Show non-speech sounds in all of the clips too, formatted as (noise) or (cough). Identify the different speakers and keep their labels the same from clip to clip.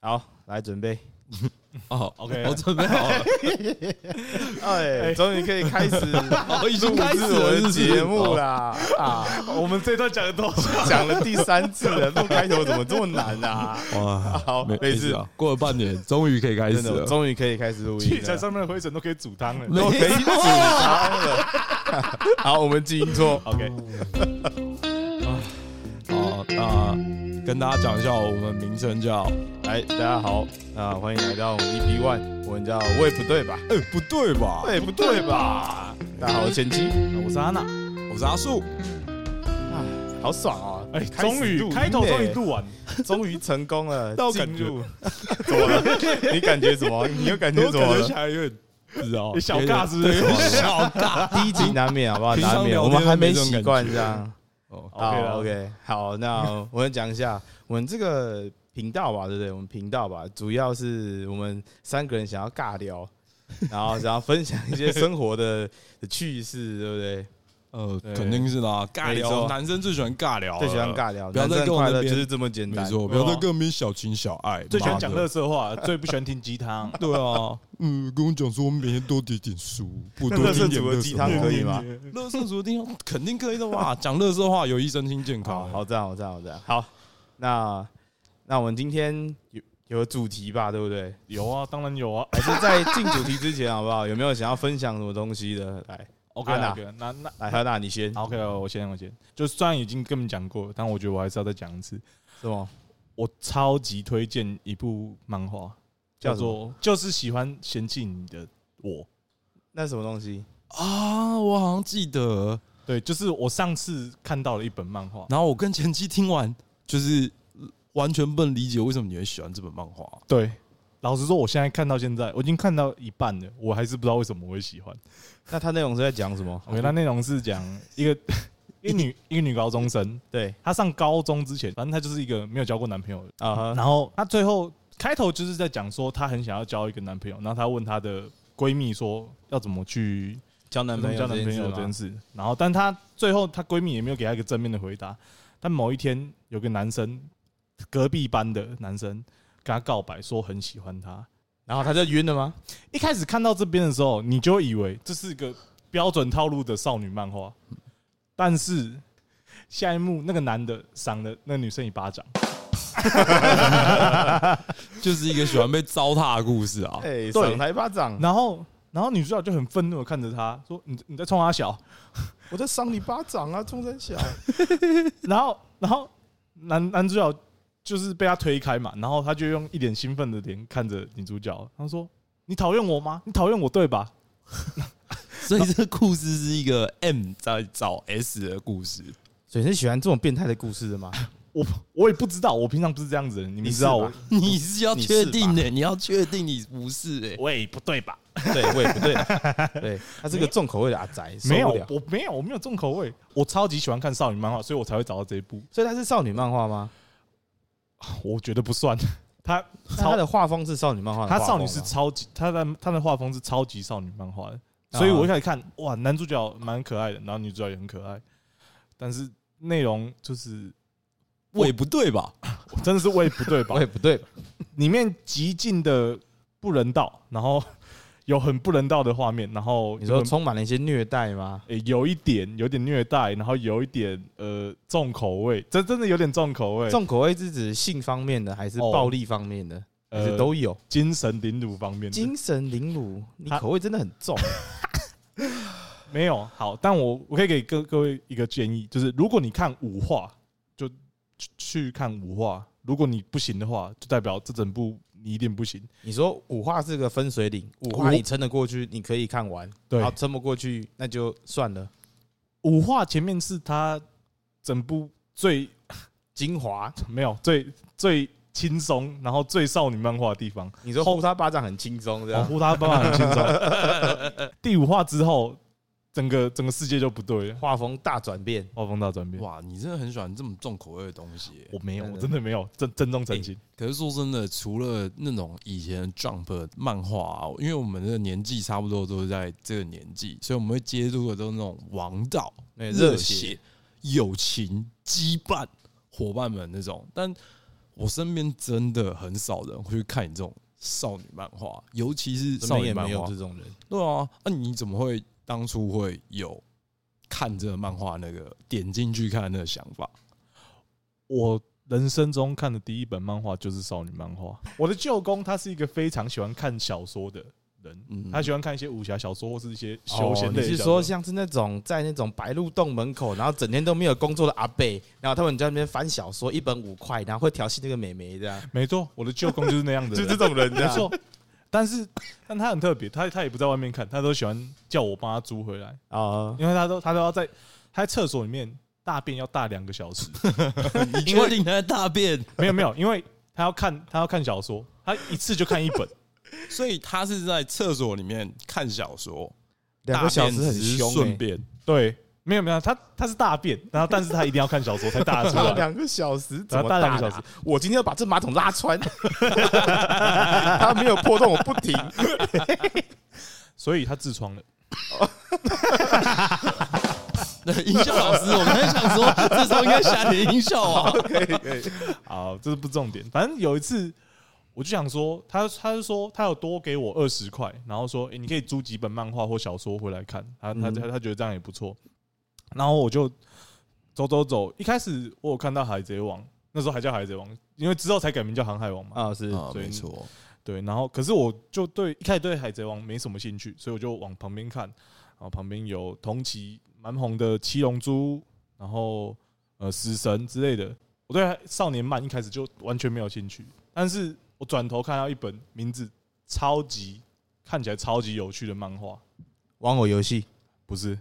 Speaker 1: 好，来准备。
Speaker 2: 哦
Speaker 1: OK
Speaker 2: 我准备
Speaker 1: (laughs)
Speaker 2: 好了，
Speaker 1: 哎，终于可以开始
Speaker 2: 我 (laughs) 哦已经
Speaker 1: 录
Speaker 2: 开始
Speaker 1: 制我
Speaker 2: 了
Speaker 1: 的节目
Speaker 2: 了。
Speaker 1: 啦！啊，
Speaker 3: 我们这段讲的 (laughs) 多
Speaker 2: 哦
Speaker 3: 少？
Speaker 1: 讲了第三次了，录开头怎么这么难啊？
Speaker 2: 哇，
Speaker 1: 好
Speaker 2: 没
Speaker 1: 没事
Speaker 2: 事啊，过了半年，终于可以开
Speaker 1: 真
Speaker 2: 始
Speaker 1: 的，我
Speaker 2: 了。
Speaker 1: 终于可以开始录音
Speaker 3: 器材
Speaker 1: 了。
Speaker 3: 上面的灰尘都可以煮汤了。
Speaker 1: 那我可以煮汤了。 (laughs) 好，我们进错。
Speaker 3: OK，
Speaker 2: 好，那跟大家讲一下，我们名称叫……
Speaker 1: 来，大家好，啊，欢迎来到我们 EP One，我们叫喂不对吧？
Speaker 2: 哎，不对吧？
Speaker 3: 哎
Speaker 1: 对不对吧？大家好，我是前妻，
Speaker 3: 我是安娜。
Speaker 2: 我是阿树，
Speaker 1: 好爽啊！
Speaker 3: 哎，
Speaker 1: 开始
Speaker 3: 终于
Speaker 1: 录音
Speaker 3: 开头终于
Speaker 1: 嘞
Speaker 3: 录欸完，
Speaker 1: 终于成功了，
Speaker 2: 但我
Speaker 1: 进
Speaker 2: 感觉
Speaker 1: 入 (laughs) 怎么了？你感觉什么？你又感觉
Speaker 2: 我
Speaker 1: 怎
Speaker 2: 感
Speaker 1: 么
Speaker 2: 觉起
Speaker 1: 了？
Speaker 2: 来有点不知道，
Speaker 3: 小尬是不
Speaker 2: 有
Speaker 3: 是
Speaker 2: 点小尬。
Speaker 1: 第一集难免好不好？
Speaker 2: 平常
Speaker 1: 难免，
Speaker 2: 聊
Speaker 1: 我
Speaker 2: 天
Speaker 1: 们还没
Speaker 2: 没这种
Speaker 1: 习
Speaker 2: 感
Speaker 1: 惯
Speaker 2: 觉
Speaker 1: 这样。
Speaker 2: (laughs) 哦，
Speaker 3: OK
Speaker 1: 好
Speaker 3: 了
Speaker 1: OK，好，那我们讲一下我们这个频道吧，对不对？我们频道吧，主要是我们三个人想要尬聊，然后想要分享一些生活的的趣事，对不对？
Speaker 2: 呃，
Speaker 1: 对
Speaker 2: 肯定是啦，尬
Speaker 1: 没
Speaker 2: 聊，
Speaker 1: 错
Speaker 2: 男生最喜欢尬聊，
Speaker 1: 最喜欢。尬聊，
Speaker 2: 不要
Speaker 1: 男
Speaker 2: 再
Speaker 1: 生
Speaker 2: 跟我
Speaker 1: 快
Speaker 2: 那
Speaker 1: 乐就
Speaker 2: 边
Speaker 1: 是这么简
Speaker 2: 没
Speaker 1: 单。
Speaker 2: 错，不要再跟我们小情小爱，
Speaker 3: 最喜欢讲
Speaker 2: 妈的
Speaker 3: 乐色话， (laughs) 最不喜欢听鸡汤。
Speaker 2: 对啊，嗯，跟我讲说我们每天多点点书，不
Speaker 1: 那
Speaker 2: 多
Speaker 1: 乐色
Speaker 2: 听点
Speaker 1: 组
Speaker 2: 乐
Speaker 1: 的鸡汤
Speaker 3: 啊
Speaker 2: 话
Speaker 1: 可以吗？
Speaker 2: 乐色族听 (laughs) 肯定可以的嘛，讲乐色话有益身心健
Speaker 1: 好
Speaker 2: 康。
Speaker 1: 好这样，好这样，好这样。好，那那我们今天有有个主题吧，对不对？
Speaker 3: (laughs) 有啊，当然有啊。
Speaker 1: 还是在进主题之前，好不好？有没有想要分享什么东西的？来，
Speaker 3: OK 啊
Speaker 1: 安娜
Speaker 3: OK，那那
Speaker 1: 来，何娜，你先，
Speaker 3: OK，我先我先，就虽然已经跟你们讲过，但我觉得我还是要再讲一次。
Speaker 1: 是吗？
Speaker 3: 我超级推荐一部漫画，叫
Speaker 1: 什么
Speaker 3: 做《就是喜欢嫌弃你的我》。
Speaker 1: 那什么东西？
Speaker 2: 啊，我好像记得，
Speaker 3: 对，就是我上次看到了一本漫画，
Speaker 2: 然后我跟前妻听完，就是完全不能理解为什么你会喜欢这本漫画。
Speaker 3: 对，老实说，我现在看到现在，我已经看到一半了，我还是不知道为什么我会喜欢。
Speaker 1: 那它内容是在讲什么？
Speaker 3: OK，那内容是讲一
Speaker 1: (laughs)
Speaker 3: 个一个女一个女高中生，
Speaker 1: 对
Speaker 3: 她上高中之前，反正她就是一个没有交过男朋友的，
Speaker 1: 啊哈，
Speaker 3: 然后她最后开头就是在讲说她很想要交一个男朋友，然后她问她的闺蜜说要怎么去
Speaker 1: 交男朋友
Speaker 3: 交男朋友这件事，然后但她最后她闺蜜也没有给她一个正面的回答，但某一天有个男生隔壁班的男生跟她告白说很喜欢她，
Speaker 1: 然后他就晕了吗？
Speaker 3: 一开始看到这边的时候，你就会以为这是一个标准套路的少女漫画，但是下一幕那个男的赏了那个女生一巴掌，
Speaker 2: 就是一个喜欢被糟蹋的故事 (laughs) 啊。
Speaker 1: 哎，
Speaker 3: 对
Speaker 1: 赏他一巴掌，
Speaker 3: 然后然后女主角就很愤怒的看着他说：“你你在冲他小
Speaker 1: 我在赏你巴掌啊，冲山小。？”
Speaker 3: 然后然后男男主角就是被他推开嘛，然后他就用一脸兴奋的脸看着女主角，他说：“你讨厌我吗？你讨厌我对吧
Speaker 2: 所以这个故事是一个 M 在找 S 的故 (laughs) 事。
Speaker 1: (laughs) 所以你是喜欢这种变态的故事的 (laughs) 吗？？”
Speaker 3: 我也不知道，我平常不是这样子的人，你们
Speaker 1: 你是
Speaker 3: 知道我
Speaker 1: 吧？
Speaker 2: 你是要
Speaker 1: 你是
Speaker 2: 确定的，你要确定你不是哎。
Speaker 3: 喂，不对吧？
Speaker 1: 对，我也不对，对 (laughs) 他是个重口味的阿宅，受
Speaker 3: 没有
Speaker 1: 不了，。
Speaker 3: 我没有，我没有重口味。我超级喜欢看少女漫画，所以我才会找到这一部。
Speaker 1: 所以他是少女漫画吗？
Speaker 3: 我觉得不算，他
Speaker 1: 那他
Speaker 3: 超
Speaker 1: 的画风是少女漫画的画
Speaker 3: 他
Speaker 1: 风吗，啊
Speaker 3: 少女是超级，他的他的画风是超级少女漫画的，所
Speaker 1: 啊
Speaker 3: 以我一开始看，哇，男主角蛮可爱的，然后女主角也很可爱，但是内容就是
Speaker 2: 喂，不对吧？
Speaker 3: 真的是味不
Speaker 1: (laughs)
Speaker 3: 对吧
Speaker 1: 我也？不对吧？
Speaker 3: 里面极尽的不人道，然后有很不人道的画面，然后
Speaker 1: 你
Speaker 3: 有
Speaker 1: 说
Speaker 3: 很
Speaker 1: 充满了一些虐待吗？
Speaker 3: 诶有一点有点虐待，然后有一点呃重口味，这真的有点重口味，
Speaker 1: 重口味是指性方面的，还是
Speaker 3: 哦
Speaker 1: 暴力方面的，还是
Speaker 3: 呃
Speaker 1: 都有？
Speaker 3: 精神凌辱方面的，
Speaker 1: 精神凌辱，你
Speaker 3: 他
Speaker 1: 口味真的很重。
Speaker 3: 没有好，但我我可以给各各位一个建议，就是如果你看五话，就去去看五话；如果你不行的话，就代表这整部你一定不行。
Speaker 1: 你说五话是个分水岭，五话你撑得过去，你可以看完；
Speaker 3: 对
Speaker 1: 然后撑不过去，那就算了。
Speaker 3: 五话前面是他整部最
Speaker 1: 精华，
Speaker 3: 没有最最轻松，然后最少女漫画的地方，哦
Speaker 1: 你说呼他巴掌很轻松，这
Speaker 3: 保
Speaker 1: 样
Speaker 3: 护他爸爸很轻松。
Speaker 1: (laughs)
Speaker 3: 第五话之后，整个整个世界就不对了，
Speaker 1: 画风大转变。
Speaker 3: 画风大转变。
Speaker 2: 哇，你真的很喜欢这么重口味的东西欸。
Speaker 3: 我没有，
Speaker 1: 真的
Speaker 3: 我真的没有，郑郑重澄清。
Speaker 2: 可是说真的，除了那种以前的 Jump 漫画、啊，因为我们的年纪差不多都是在这个年纪，所以我们会接触的都是那种王道、
Speaker 1: 对热
Speaker 2: 热
Speaker 1: 血
Speaker 2: 血、友情、羁绊、伙伴们那种。但我身边真的很少人会去看你这种少女漫画，尤其是
Speaker 1: 身
Speaker 2: 少
Speaker 1: 边
Speaker 2: 女
Speaker 1: 也
Speaker 2: 漫
Speaker 1: 没有
Speaker 2: 画
Speaker 1: 这。种人。
Speaker 2: 对啊，那、你怎么会当初会有看这个漫画那个点进去看的那个想法？
Speaker 3: 我人生中看的第一本漫画就是少女漫画。我的舅公他是一个非常喜欢看小说的人，
Speaker 2: 嗯，
Speaker 3: 他喜欢看一些武侠小说或是一些休闲
Speaker 1: 哦
Speaker 3: 类
Speaker 1: 你是
Speaker 3: 的。
Speaker 1: 说像是那种在那种白鹿洞门口，然后整天都没有工作的阿贝，然后他们在那边翻小说，一本五块，然后会调戏那个美眉这样，
Speaker 3: 没错，我的舅公就是那样
Speaker 1: (laughs)
Speaker 3: 的人，
Speaker 1: 种人
Speaker 3: 没错。但是， (laughs) 但他很特别，他他也不在外面看，他都喜欢叫我帮他租回来，
Speaker 1: 啊。
Speaker 3: 因为他都他都要在他在厕所里面大便要大两个小时，
Speaker 2: (laughs) 你确定他在大便？
Speaker 3: 没有没有，因为他要看他要看小说，他一次就看一本，
Speaker 2: 所以他是在厕所里面看小说，
Speaker 1: 两个小时
Speaker 2: 大便
Speaker 1: 很
Speaker 2: 只是
Speaker 1: 凶、
Speaker 2: 顺
Speaker 1: 欸，
Speaker 2: 便
Speaker 3: 对，没有没有，他他是大便，然后但是他一定要看小说才大得出
Speaker 1: 大
Speaker 3: 来，
Speaker 1: (laughs) 两个小时怎么
Speaker 3: 大
Speaker 1: 大
Speaker 3: 两个小
Speaker 1: 时？我今天要把这马桶拉穿， (laughs) 它没有破洞，我不停。
Speaker 3: 所以他痔疮了。
Speaker 2: 对，音效老师，我刚才想说，这时候应该下点音效 (laughs) 啊。
Speaker 3: 好，这是不重点。反正有一次，我就想说，他他就说他有多给我二十块，然后说，诶，你可以租几本漫画或小说回来看。他他他他觉得这样也不错。然后我就走走走，一开始我有看到《海贼王》，那时候还叫《海贼王》，因为之后才改名叫《航海王》嘛。
Speaker 1: 啊，是
Speaker 2: 啊，
Speaker 3: 所以
Speaker 2: 没错，
Speaker 3: 对，然后可是我就对一开始对《海贼王》没什么兴趣，所以我就往旁边看，然后旁边有同期蛮红的《七龙珠》，然后呃《死神》之类的。我对少年漫一开始就完全没有兴趣，但是我转头看到一本名字超级看起来超级有趣的漫画，
Speaker 1: 玩偶游戏，
Speaker 3: 不是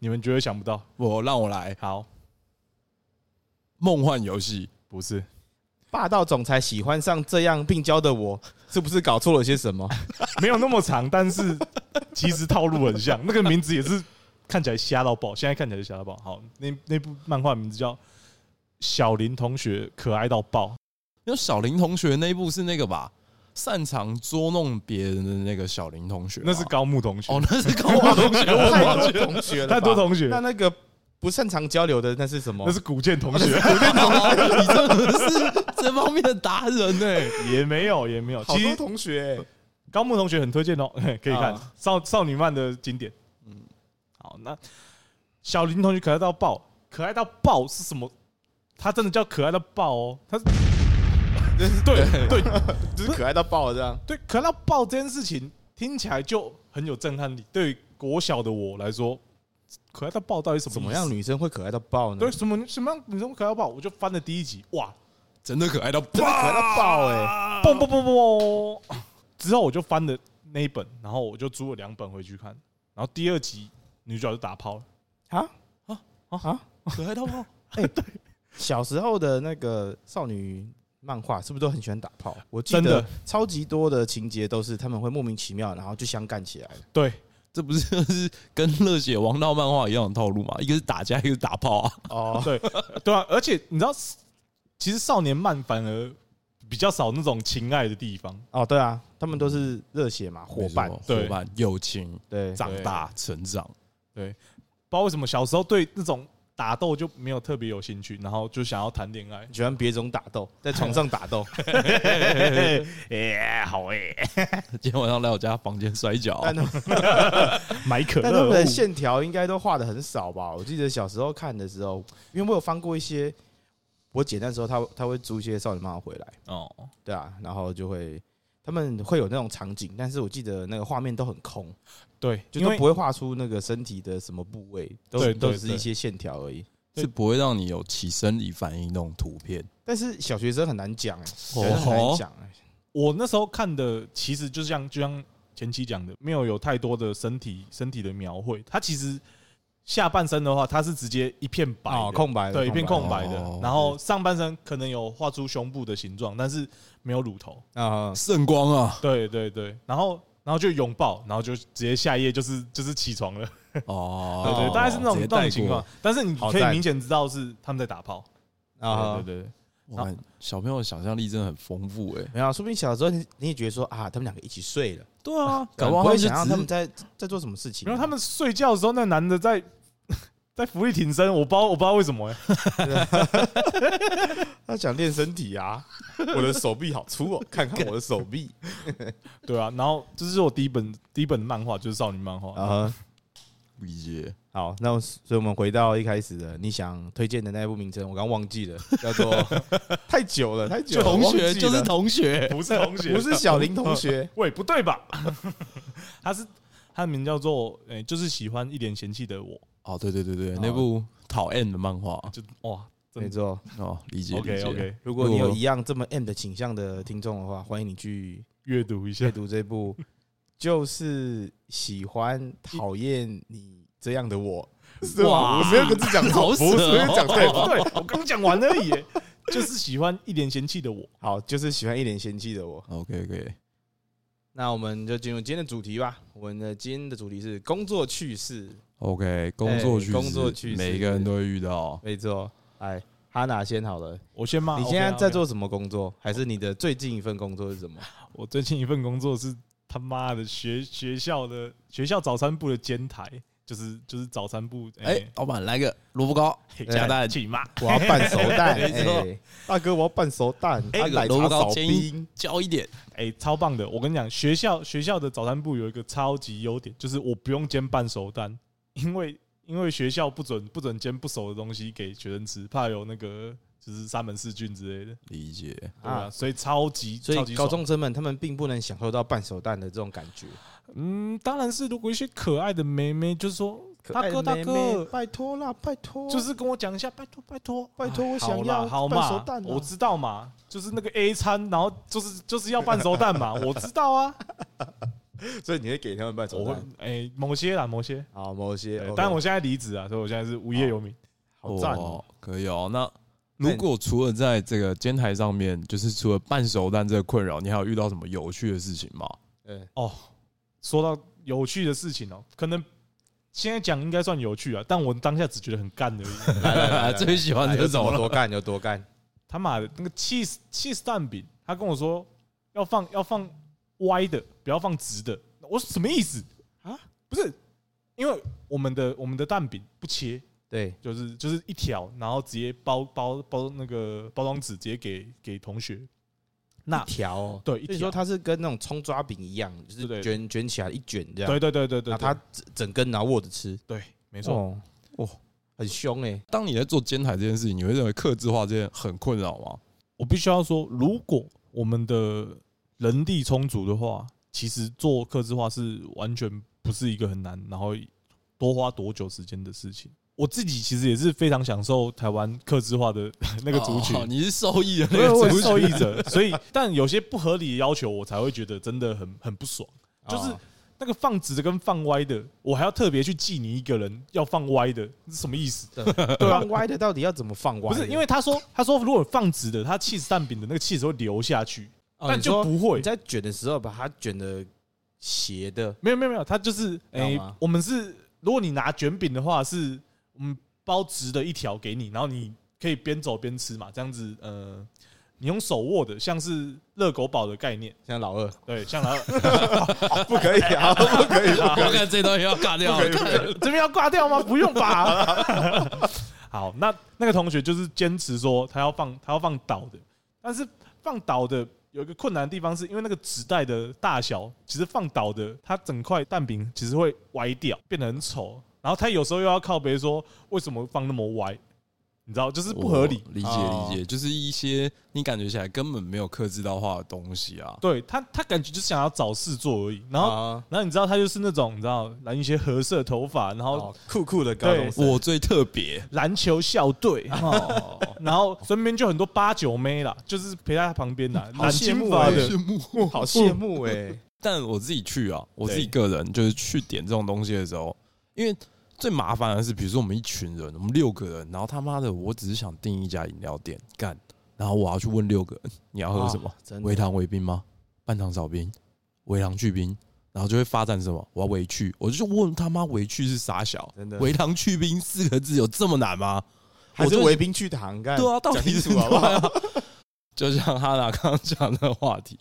Speaker 3: 你们绝对想不到。
Speaker 2: 我让我来
Speaker 3: 好，
Speaker 2: 梦幻游戏，
Speaker 3: 不是
Speaker 1: 霸道总裁喜欢上这样病娇的我， (laughs) 是不是搞错了些什 (laughs) 么？
Speaker 3: 没有那么长，但是其实套路很像。那个名字也是看起来瞎到爆，现在看起来就瞎到爆。好，那那部漫画名字叫《小林同学可爱到爆》，
Speaker 2: 因为小林同学那一部是那个吧，擅长捉弄别人的那个小林同学吧，啊
Speaker 3: 那是高木同学，
Speaker 2: 哦，那是高华同
Speaker 1: (laughs)
Speaker 2: 学，我
Speaker 1: 太
Speaker 2: 忘记
Speaker 1: 多同学了吧，
Speaker 3: (laughs) 太多同学，
Speaker 1: 那那个不擅长交流的那是什么？
Speaker 3: 那是古剑同学，
Speaker 1: 哦
Speaker 2: 了，你真的是这方面的达人欸呢、
Speaker 3: 也没有也没有。
Speaker 1: 好
Speaker 3: 其
Speaker 1: 多
Speaker 3: 实
Speaker 1: 同学、欸，
Speaker 3: 高木同学很推荐哦， (laughs) 嘿可以看
Speaker 1: 啊
Speaker 3: 少少女漫的经典。嗯，好，那小林同学可爱到爆，可爱到爆是什么？他真的叫可爱到爆哦，他
Speaker 1: (laughs)
Speaker 3: 是对对
Speaker 1: 就是可爱到爆了这样。
Speaker 3: 对，可到爆这件事情听起来就很有震撼力。对于国小的我来说，可爱到爆到底什么
Speaker 1: 怎么
Speaker 3: 意思
Speaker 1: 样？女生会可爱到爆呢？
Speaker 3: 对，什么什么样女生可爱到爆？我就翻了第一集，哇，
Speaker 2: (laughs) 真的可爱到爆，啊
Speaker 1: 可爱到爆哎、
Speaker 3: 嘣嘣嘣嘣！之后我就翻了那一本，然后我就租了两本回去看。然后第二集女主角就打炮了，
Speaker 1: 啊
Speaker 2: 啊
Speaker 1: 啊啊！
Speaker 2: 可爱到爆！
Speaker 3: 哎
Speaker 1: 小时候的那个少女漫画是不是都很喜欢打炮？我记
Speaker 3: 真
Speaker 1: 得
Speaker 3: 的
Speaker 1: 超级多的情节都是他们会莫名其妙，然后就相干起来了。
Speaker 3: 对，
Speaker 2: 这不是就是跟热血王道漫画一样的套路嘛？一个是打架，一个是打炮啊。
Speaker 1: 哦，
Speaker 3: 对对啊，而且你知道，其实少年漫反而比较少那种情爱的地方，
Speaker 1: 哦，对啊，他们都是热血嘛，伙伴，
Speaker 2: 没错
Speaker 3: 对
Speaker 2: 伙伴、友情、
Speaker 1: 对，
Speaker 2: 长大、成长， (laughs)
Speaker 3: 不知道为什么小时候对那种打斗就没有特别有兴趣，然后就想要谈恋爱。
Speaker 1: 喜欢别种打斗， (laughs) 在床上打斗，
Speaker 3: 哎，好哎，
Speaker 2: 今天晚上来我家房间摔跤啊、
Speaker 1: 但他们
Speaker 3: 买可
Speaker 1: 但他们的
Speaker 3: 乐。哦
Speaker 1: 线条应该都画的很少吧？我记得小时候看的时候，因为我有翻过一些，我姐那时候她她会租一些少女漫画回来。
Speaker 3: 哦，
Speaker 1: 对啊，然后就会他们会有那种场景，但是我记得那个画面都很空，
Speaker 3: 对，
Speaker 1: 就
Speaker 3: 因
Speaker 1: 都
Speaker 3: 为
Speaker 1: 不会画出那个身体的什么部位，都
Speaker 3: 对
Speaker 1: 都
Speaker 3: 对
Speaker 1: 是
Speaker 3: 对
Speaker 1: 一些线条而已。
Speaker 2: 是不会让你有起生理反应那种图片。
Speaker 1: 但是小学生很难讲哎、小
Speaker 2: 哦
Speaker 1: 学生很难讲哎、
Speaker 3: 我那时候看的，其实就像就像前期讲的，没有有太多的身体身体的描绘。它其实下半身的话，它是直接一片白的
Speaker 1: 哦，空白的
Speaker 3: 对，一片空
Speaker 1: 白
Speaker 3: 白的
Speaker 2: 哦。
Speaker 3: 然后上半身可能有画出胸部的形状，但是没有乳头。！
Speaker 1: 的啊，
Speaker 2: 圣光啊
Speaker 3: 对对对，然后然后就拥抱，然后就直接下一页就是就是起床了。
Speaker 2: (laughs) 哦，
Speaker 3: 对对，大概是那种
Speaker 2: 直
Speaker 3: 那
Speaker 2: 接带
Speaker 3: 种情况
Speaker 2: 过。，
Speaker 3: 但是你
Speaker 1: 好
Speaker 3: 可以
Speaker 1: 赞
Speaker 3: 明显知道是他们在打炮。
Speaker 1: 啊
Speaker 3: 对对对，
Speaker 2: 我看小朋友的想象力真的很丰富哎、
Speaker 1: 没有，啊说不定小时候你你也觉得说啊，他们两个一起睡了，
Speaker 2: 对啊，搞不
Speaker 1: 不
Speaker 2: 好
Speaker 1: 会
Speaker 2: 就
Speaker 1: 想让
Speaker 2: 只
Speaker 1: 他
Speaker 2: 是
Speaker 1: 们在在做什么事情。啊
Speaker 3: 然后他们睡觉的时候，那男的在 (laughs) 在福利挺身，我不知道我不知道为什么哎、
Speaker 1: 他想练身体
Speaker 2: (laughs)
Speaker 1: 啊，我的手臂好粗哦，看看我的手臂
Speaker 3: 对啊，然后这是我第一本第一本漫画，就是少女漫画。
Speaker 1: 啊。
Speaker 2: 理解。
Speaker 1: 好，那我所以我们回到一开始的，你想推荐的那一部名称，我刚忘记
Speaker 2: (laughs)
Speaker 1: 了，叫做太久了，太久了，
Speaker 2: 同
Speaker 1: 忘
Speaker 2: 学
Speaker 1: 记
Speaker 2: 就是
Speaker 1: 了
Speaker 2: 同学，嗯
Speaker 3: 不是同学，
Speaker 1: (laughs) 不是小林同
Speaker 2: (laughs)
Speaker 1: 学
Speaker 3: (laughs) 喂，不对吧？他是他的名叫做诶、就是喜欢一脸嫌弃的我，
Speaker 2: 哦，对对对对，
Speaker 1: 哦
Speaker 2: 那部讨厌的漫画
Speaker 3: 就哇真
Speaker 1: 没错。
Speaker 2: 哦，理解。
Speaker 3: ，OK
Speaker 2: 理解
Speaker 3: OK，
Speaker 1: 如果你
Speaker 2: 如
Speaker 1: 有
Speaker 2: 果
Speaker 1: 一样这么 M 的倾向的听众的话，欢迎你去
Speaker 3: 阅读一下
Speaker 1: 阅， (laughs) 读这部，就是喜欢讨厌你这样的我。是吧
Speaker 2: 哇
Speaker 1: 我没有跟自己讲错，
Speaker 2: 好
Speaker 1: 不是
Speaker 2: 扯哦
Speaker 1: 没有讲对。
Speaker 3: 对我刚讲完而已耶、 (laughs) 就是喜欢一脸嫌弃的我。
Speaker 1: (laughs) 好，就是喜欢一脸嫌弃的我。
Speaker 2: OK OK，
Speaker 1: 那我们就进入今天的主题吧。我们的今天的主题是工作趣事，
Speaker 2: OK，工哎作趣事，
Speaker 1: 工作趣事
Speaker 2: 每一个人都会遇到。
Speaker 1: 没错。哎，哈娜先好了，
Speaker 3: 我先骂
Speaker 1: 你现在
Speaker 3: OK，OK
Speaker 1: 在做什么工作？还是你的最近一份工作是什么？
Speaker 3: 我最近一份工作是他妈的学学校的学校早餐部的监台，就是就是早餐部
Speaker 2: 哎，老板来个萝卜糕，
Speaker 1: 哎
Speaker 2: 加蛋
Speaker 3: 起妈，
Speaker 1: 我要半熟 (laughs) 蛋，
Speaker 2: 没错
Speaker 1: 哎大哥，我要半熟蛋，
Speaker 2: 哎
Speaker 1: 啊奶
Speaker 2: 萝卜
Speaker 1: 茶
Speaker 2: 糕
Speaker 1: 少
Speaker 2: 煎
Speaker 1: 冰，
Speaker 2: 教一点。
Speaker 3: 哎、超棒的！我跟你讲，学校学校的早餐部有一个超级优点，就是我不用煎半熟蛋，因为因为学校不准不准煎不熟的东西给学生吃，怕有那个就是沙门氏菌之类的，
Speaker 2: 理解。
Speaker 3: 对啊，
Speaker 1: 啊
Speaker 3: 所以超级
Speaker 1: 所
Speaker 3: 超
Speaker 1: 以
Speaker 3: 级
Speaker 1: 高
Speaker 3: 爽
Speaker 1: 中生们他们并不能享受到半熟蛋的这种感觉。
Speaker 3: 嗯，当然是如果一些可爱的妹妹就说
Speaker 1: 可哎
Speaker 3: 大
Speaker 1: 爱
Speaker 3: 哥
Speaker 1: 的
Speaker 3: 大
Speaker 1: 妹妹
Speaker 3: 哥，
Speaker 1: 拜托啦，拜托，
Speaker 3: 就是跟我讲一下，拜托拜托
Speaker 1: 拜托我
Speaker 3: 哎好
Speaker 1: 想
Speaker 3: 啦
Speaker 1: 要
Speaker 3: 好
Speaker 1: 半熟
Speaker 3: 嘛
Speaker 1: 蛋，啊
Speaker 3: 我知道嘛，就是那个 A 餐，然后就是就是要半熟蛋 (laughs) 嘛，我知道啊，
Speaker 1: 所以你会给他们半
Speaker 3: 我会哎、某些啦某些，
Speaker 1: 好，某些
Speaker 3: 对，
Speaker 1: OK，
Speaker 3: 但我现在离职啊，所以我现在是无业游民。
Speaker 1: 好赞哦，
Speaker 2: 哦，可以哦。那
Speaker 1: 那你
Speaker 2: 如果除了在这个煎台上面，就是除了半熟蛋这个困扰，你还有遇到什么有趣的事情吗？
Speaker 1: 对，
Speaker 3: 哦，说到有趣的事情哦，可能现在讲应该算有趣啊，但我当下只觉得很干而已。
Speaker 1: 来来
Speaker 2: (laughs)
Speaker 1: 来来
Speaker 2: 最喜欢
Speaker 1: 来
Speaker 2: 这
Speaker 1: 哎有怎
Speaker 2: 种
Speaker 1: 么多
Speaker 2: 了。
Speaker 1: 干有多干，
Speaker 3: 他妈的那个 cheese cheese 蛋饼，他跟我说要放要放歪的，不要放直的。我说什么意思
Speaker 1: 啊
Speaker 3: 啊？不是，因为我们的我们的蛋饼不切，
Speaker 1: 对，
Speaker 3: 就是就是一条，然后直接包包包那个包装纸，直接给给同学。那
Speaker 1: 一条哦
Speaker 3: 对一
Speaker 1: 所以
Speaker 3: 条
Speaker 1: 说它是跟那种葱抓饼一样，就
Speaker 3: 对
Speaker 1: 是
Speaker 3: 对
Speaker 1: 卷卷起来一卷这样，
Speaker 3: 对对对对对，
Speaker 1: 然后它整整根然后握着吃，哦
Speaker 3: 对对没
Speaker 1: 没
Speaker 3: 错。
Speaker 1: 哇，很凶哎，
Speaker 2: 当你在做煎台这件事情，你会认为克制化这件很困扰吗？
Speaker 3: 我必须要说，如果我们的人力充足的话，其实做客制化是完全不是一个很难，然后多花多久时间的事情。我自己其实也是非常享受台湾客制化的那个族群，
Speaker 2: 哦你是 (laughs) 受益的
Speaker 3: 因
Speaker 2: 那
Speaker 3: 为
Speaker 2: 个
Speaker 3: 我
Speaker 2: 族
Speaker 3: 是
Speaker 2: 群
Speaker 3: 受益者，所以但有些不合理的要求，我才会觉得真的很很不爽。就是
Speaker 1: 哦
Speaker 3: 那个放直的跟放歪的，我还要特别去记你一个人要放歪的，是什么意思？啊
Speaker 1: 呃放歪的到底要怎么放歪
Speaker 3: 不
Speaker 1: 的？
Speaker 3: 是因为他说他说如果放直的，他气死蛋饼的那个气势会流下去，
Speaker 1: 哦
Speaker 3: 但
Speaker 1: 你
Speaker 3: 就
Speaker 1: 说
Speaker 3: 不会
Speaker 1: 你。在卷的时候把它卷的斜的，
Speaker 3: 没有没有没有，它就是
Speaker 1: 知
Speaker 3: 诶、
Speaker 1: 道吗
Speaker 3: 我们是如果你拿卷饼的话，是我们包直的一条给你，然后你可以边走边吃嘛，这样子呃，你用手握的，像是热狗堡的概念，
Speaker 1: 像老二，
Speaker 3: 对，像 (laughs) 然后
Speaker 1: 不可以啊，不可以，
Speaker 2: (laughs) 我看这东西要尬掉了，
Speaker 3: (laughs) 这边要挂掉吗？不用吧。 (laughs) 好，那那个同学就是坚持说他要放他要放倒的，但是放倒的有一个困难的地方，是因为那个纸袋的大小，其实放倒的它整块蛋饼其实会歪掉，变得很丑。然后他有时候又要靠别说为什么放那么歪，你知道，就是不合理。
Speaker 2: 哦理解
Speaker 1: 哦
Speaker 2: 理解，就是一些你感觉起来根本没有克制到化的东西啊。
Speaker 3: 对他，他感觉就是想要找事做而已。然后，
Speaker 1: 啊
Speaker 3: 然后你知道他就是那种你知道染一些褐色头发，然后
Speaker 1: 哦酷酷的高中生，
Speaker 2: 我最特别
Speaker 3: 篮球校队，
Speaker 2: 哦，
Speaker 3: 然后身边就很多八九妹啦，就是陪在他旁边啦，
Speaker 1: (laughs) 好
Speaker 3: 染
Speaker 1: 羡
Speaker 3: 金
Speaker 1: 慕
Speaker 2: 啊
Speaker 3: 发
Speaker 1: 欸
Speaker 3: 的，
Speaker 1: 我好
Speaker 3: (laughs)
Speaker 1: 羡慕哎，
Speaker 2: 但我自己去啊，我自己
Speaker 3: 对
Speaker 2: 个人就是去点这种东西的时候，因为最麻烦的是，比如说我们一群人，我们六个人，然后他妈的，我只是想订一家饮料店干，然后我要去问六个人你要喝什么
Speaker 1: 啊？真的
Speaker 2: 微糖微冰吗？半糖少冰？微糖去冰？然后就会发展什么？我要微去，我就问他妈微去是啥小？
Speaker 1: 真的
Speaker 2: 微糖去冰四个字有这么难吗？
Speaker 1: 还是
Speaker 2: 我就
Speaker 1: 围兵去堂干，
Speaker 2: 对啊，到
Speaker 1: 讲
Speaker 2: 底
Speaker 1: 清
Speaker 2: 是
Speaker 1: 楚好不好？
Speaker 2: 对啊？ (laughs) 就像哈娜刚刚讲的话题，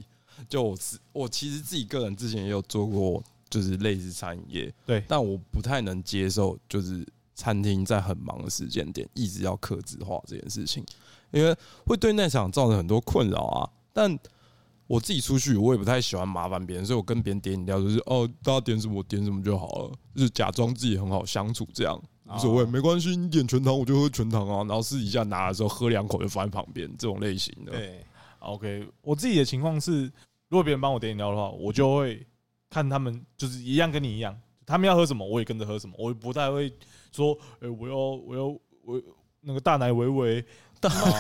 Speaker 2: 就我自我其实自己个人之前也有做过，就是类似餐饮业，
Speaker 3: 对
Speaker 2: 但我不太能接受，就是餐厅在很忙的时间点一直要克制化这件事情，因为会对内场造成很多困扰啊。但我自己出去，我也不太喜欢麻烦别人，所以我跟别人点饮料就是哦，大家点什么我点什么就好了，就是假装自己很好相处这样，无所谓，
Speaker 1: 哦
Speaker 2: 没关系，你点全糖我就喝全糖啊，然后私底下拿的时候喝两口就放在旁边这种类型的。
Speaker 1: 对，
Speaker 3: OK，我自己的情况是，如果别人帮我点饮料的话，我就会看他们就是一样跟你一样，他们要喝什么我也跟着喝什么，我也不太会说，呃、我要我要我那个大奶维
Speaker 1: (laughs)
Speaker 3: 维。
Speaker 1: 哦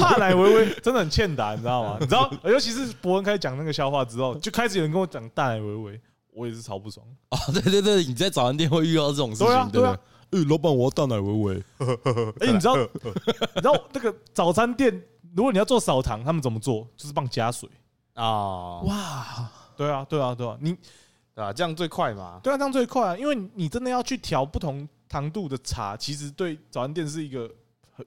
Speaker 3: 大奶维维真的很欠打，你知道吗？你知道，尤其是伯恩开始讲那个笑话之后，就开始有人跟我讲大奶维维，我也是超不爽。
Speaker 2: (laughs) 啊，对对对，你在早餐店会遇到这种事情，
Speaker 3: 对啊
Speaker 2: 对不
Speaker 3: 对啊
Speaker 2: 呃，老板，我要大奶维维。
Speaker 3: 哎、 (laughs) 你知道，你知道那个早餐店，如果你要做少糖，他们怎么做？就是放加水。
Speaker 1: 啊，
Speaker 2: 哇，
Speaker 3: 对啊，对啊，对啊，你
Speaker 1: 对吧？这样最快嘛。
Speaker 3: 对啊，这样最快啊，因为你真的要去调不同糖度的茶，其实对早餐店是一个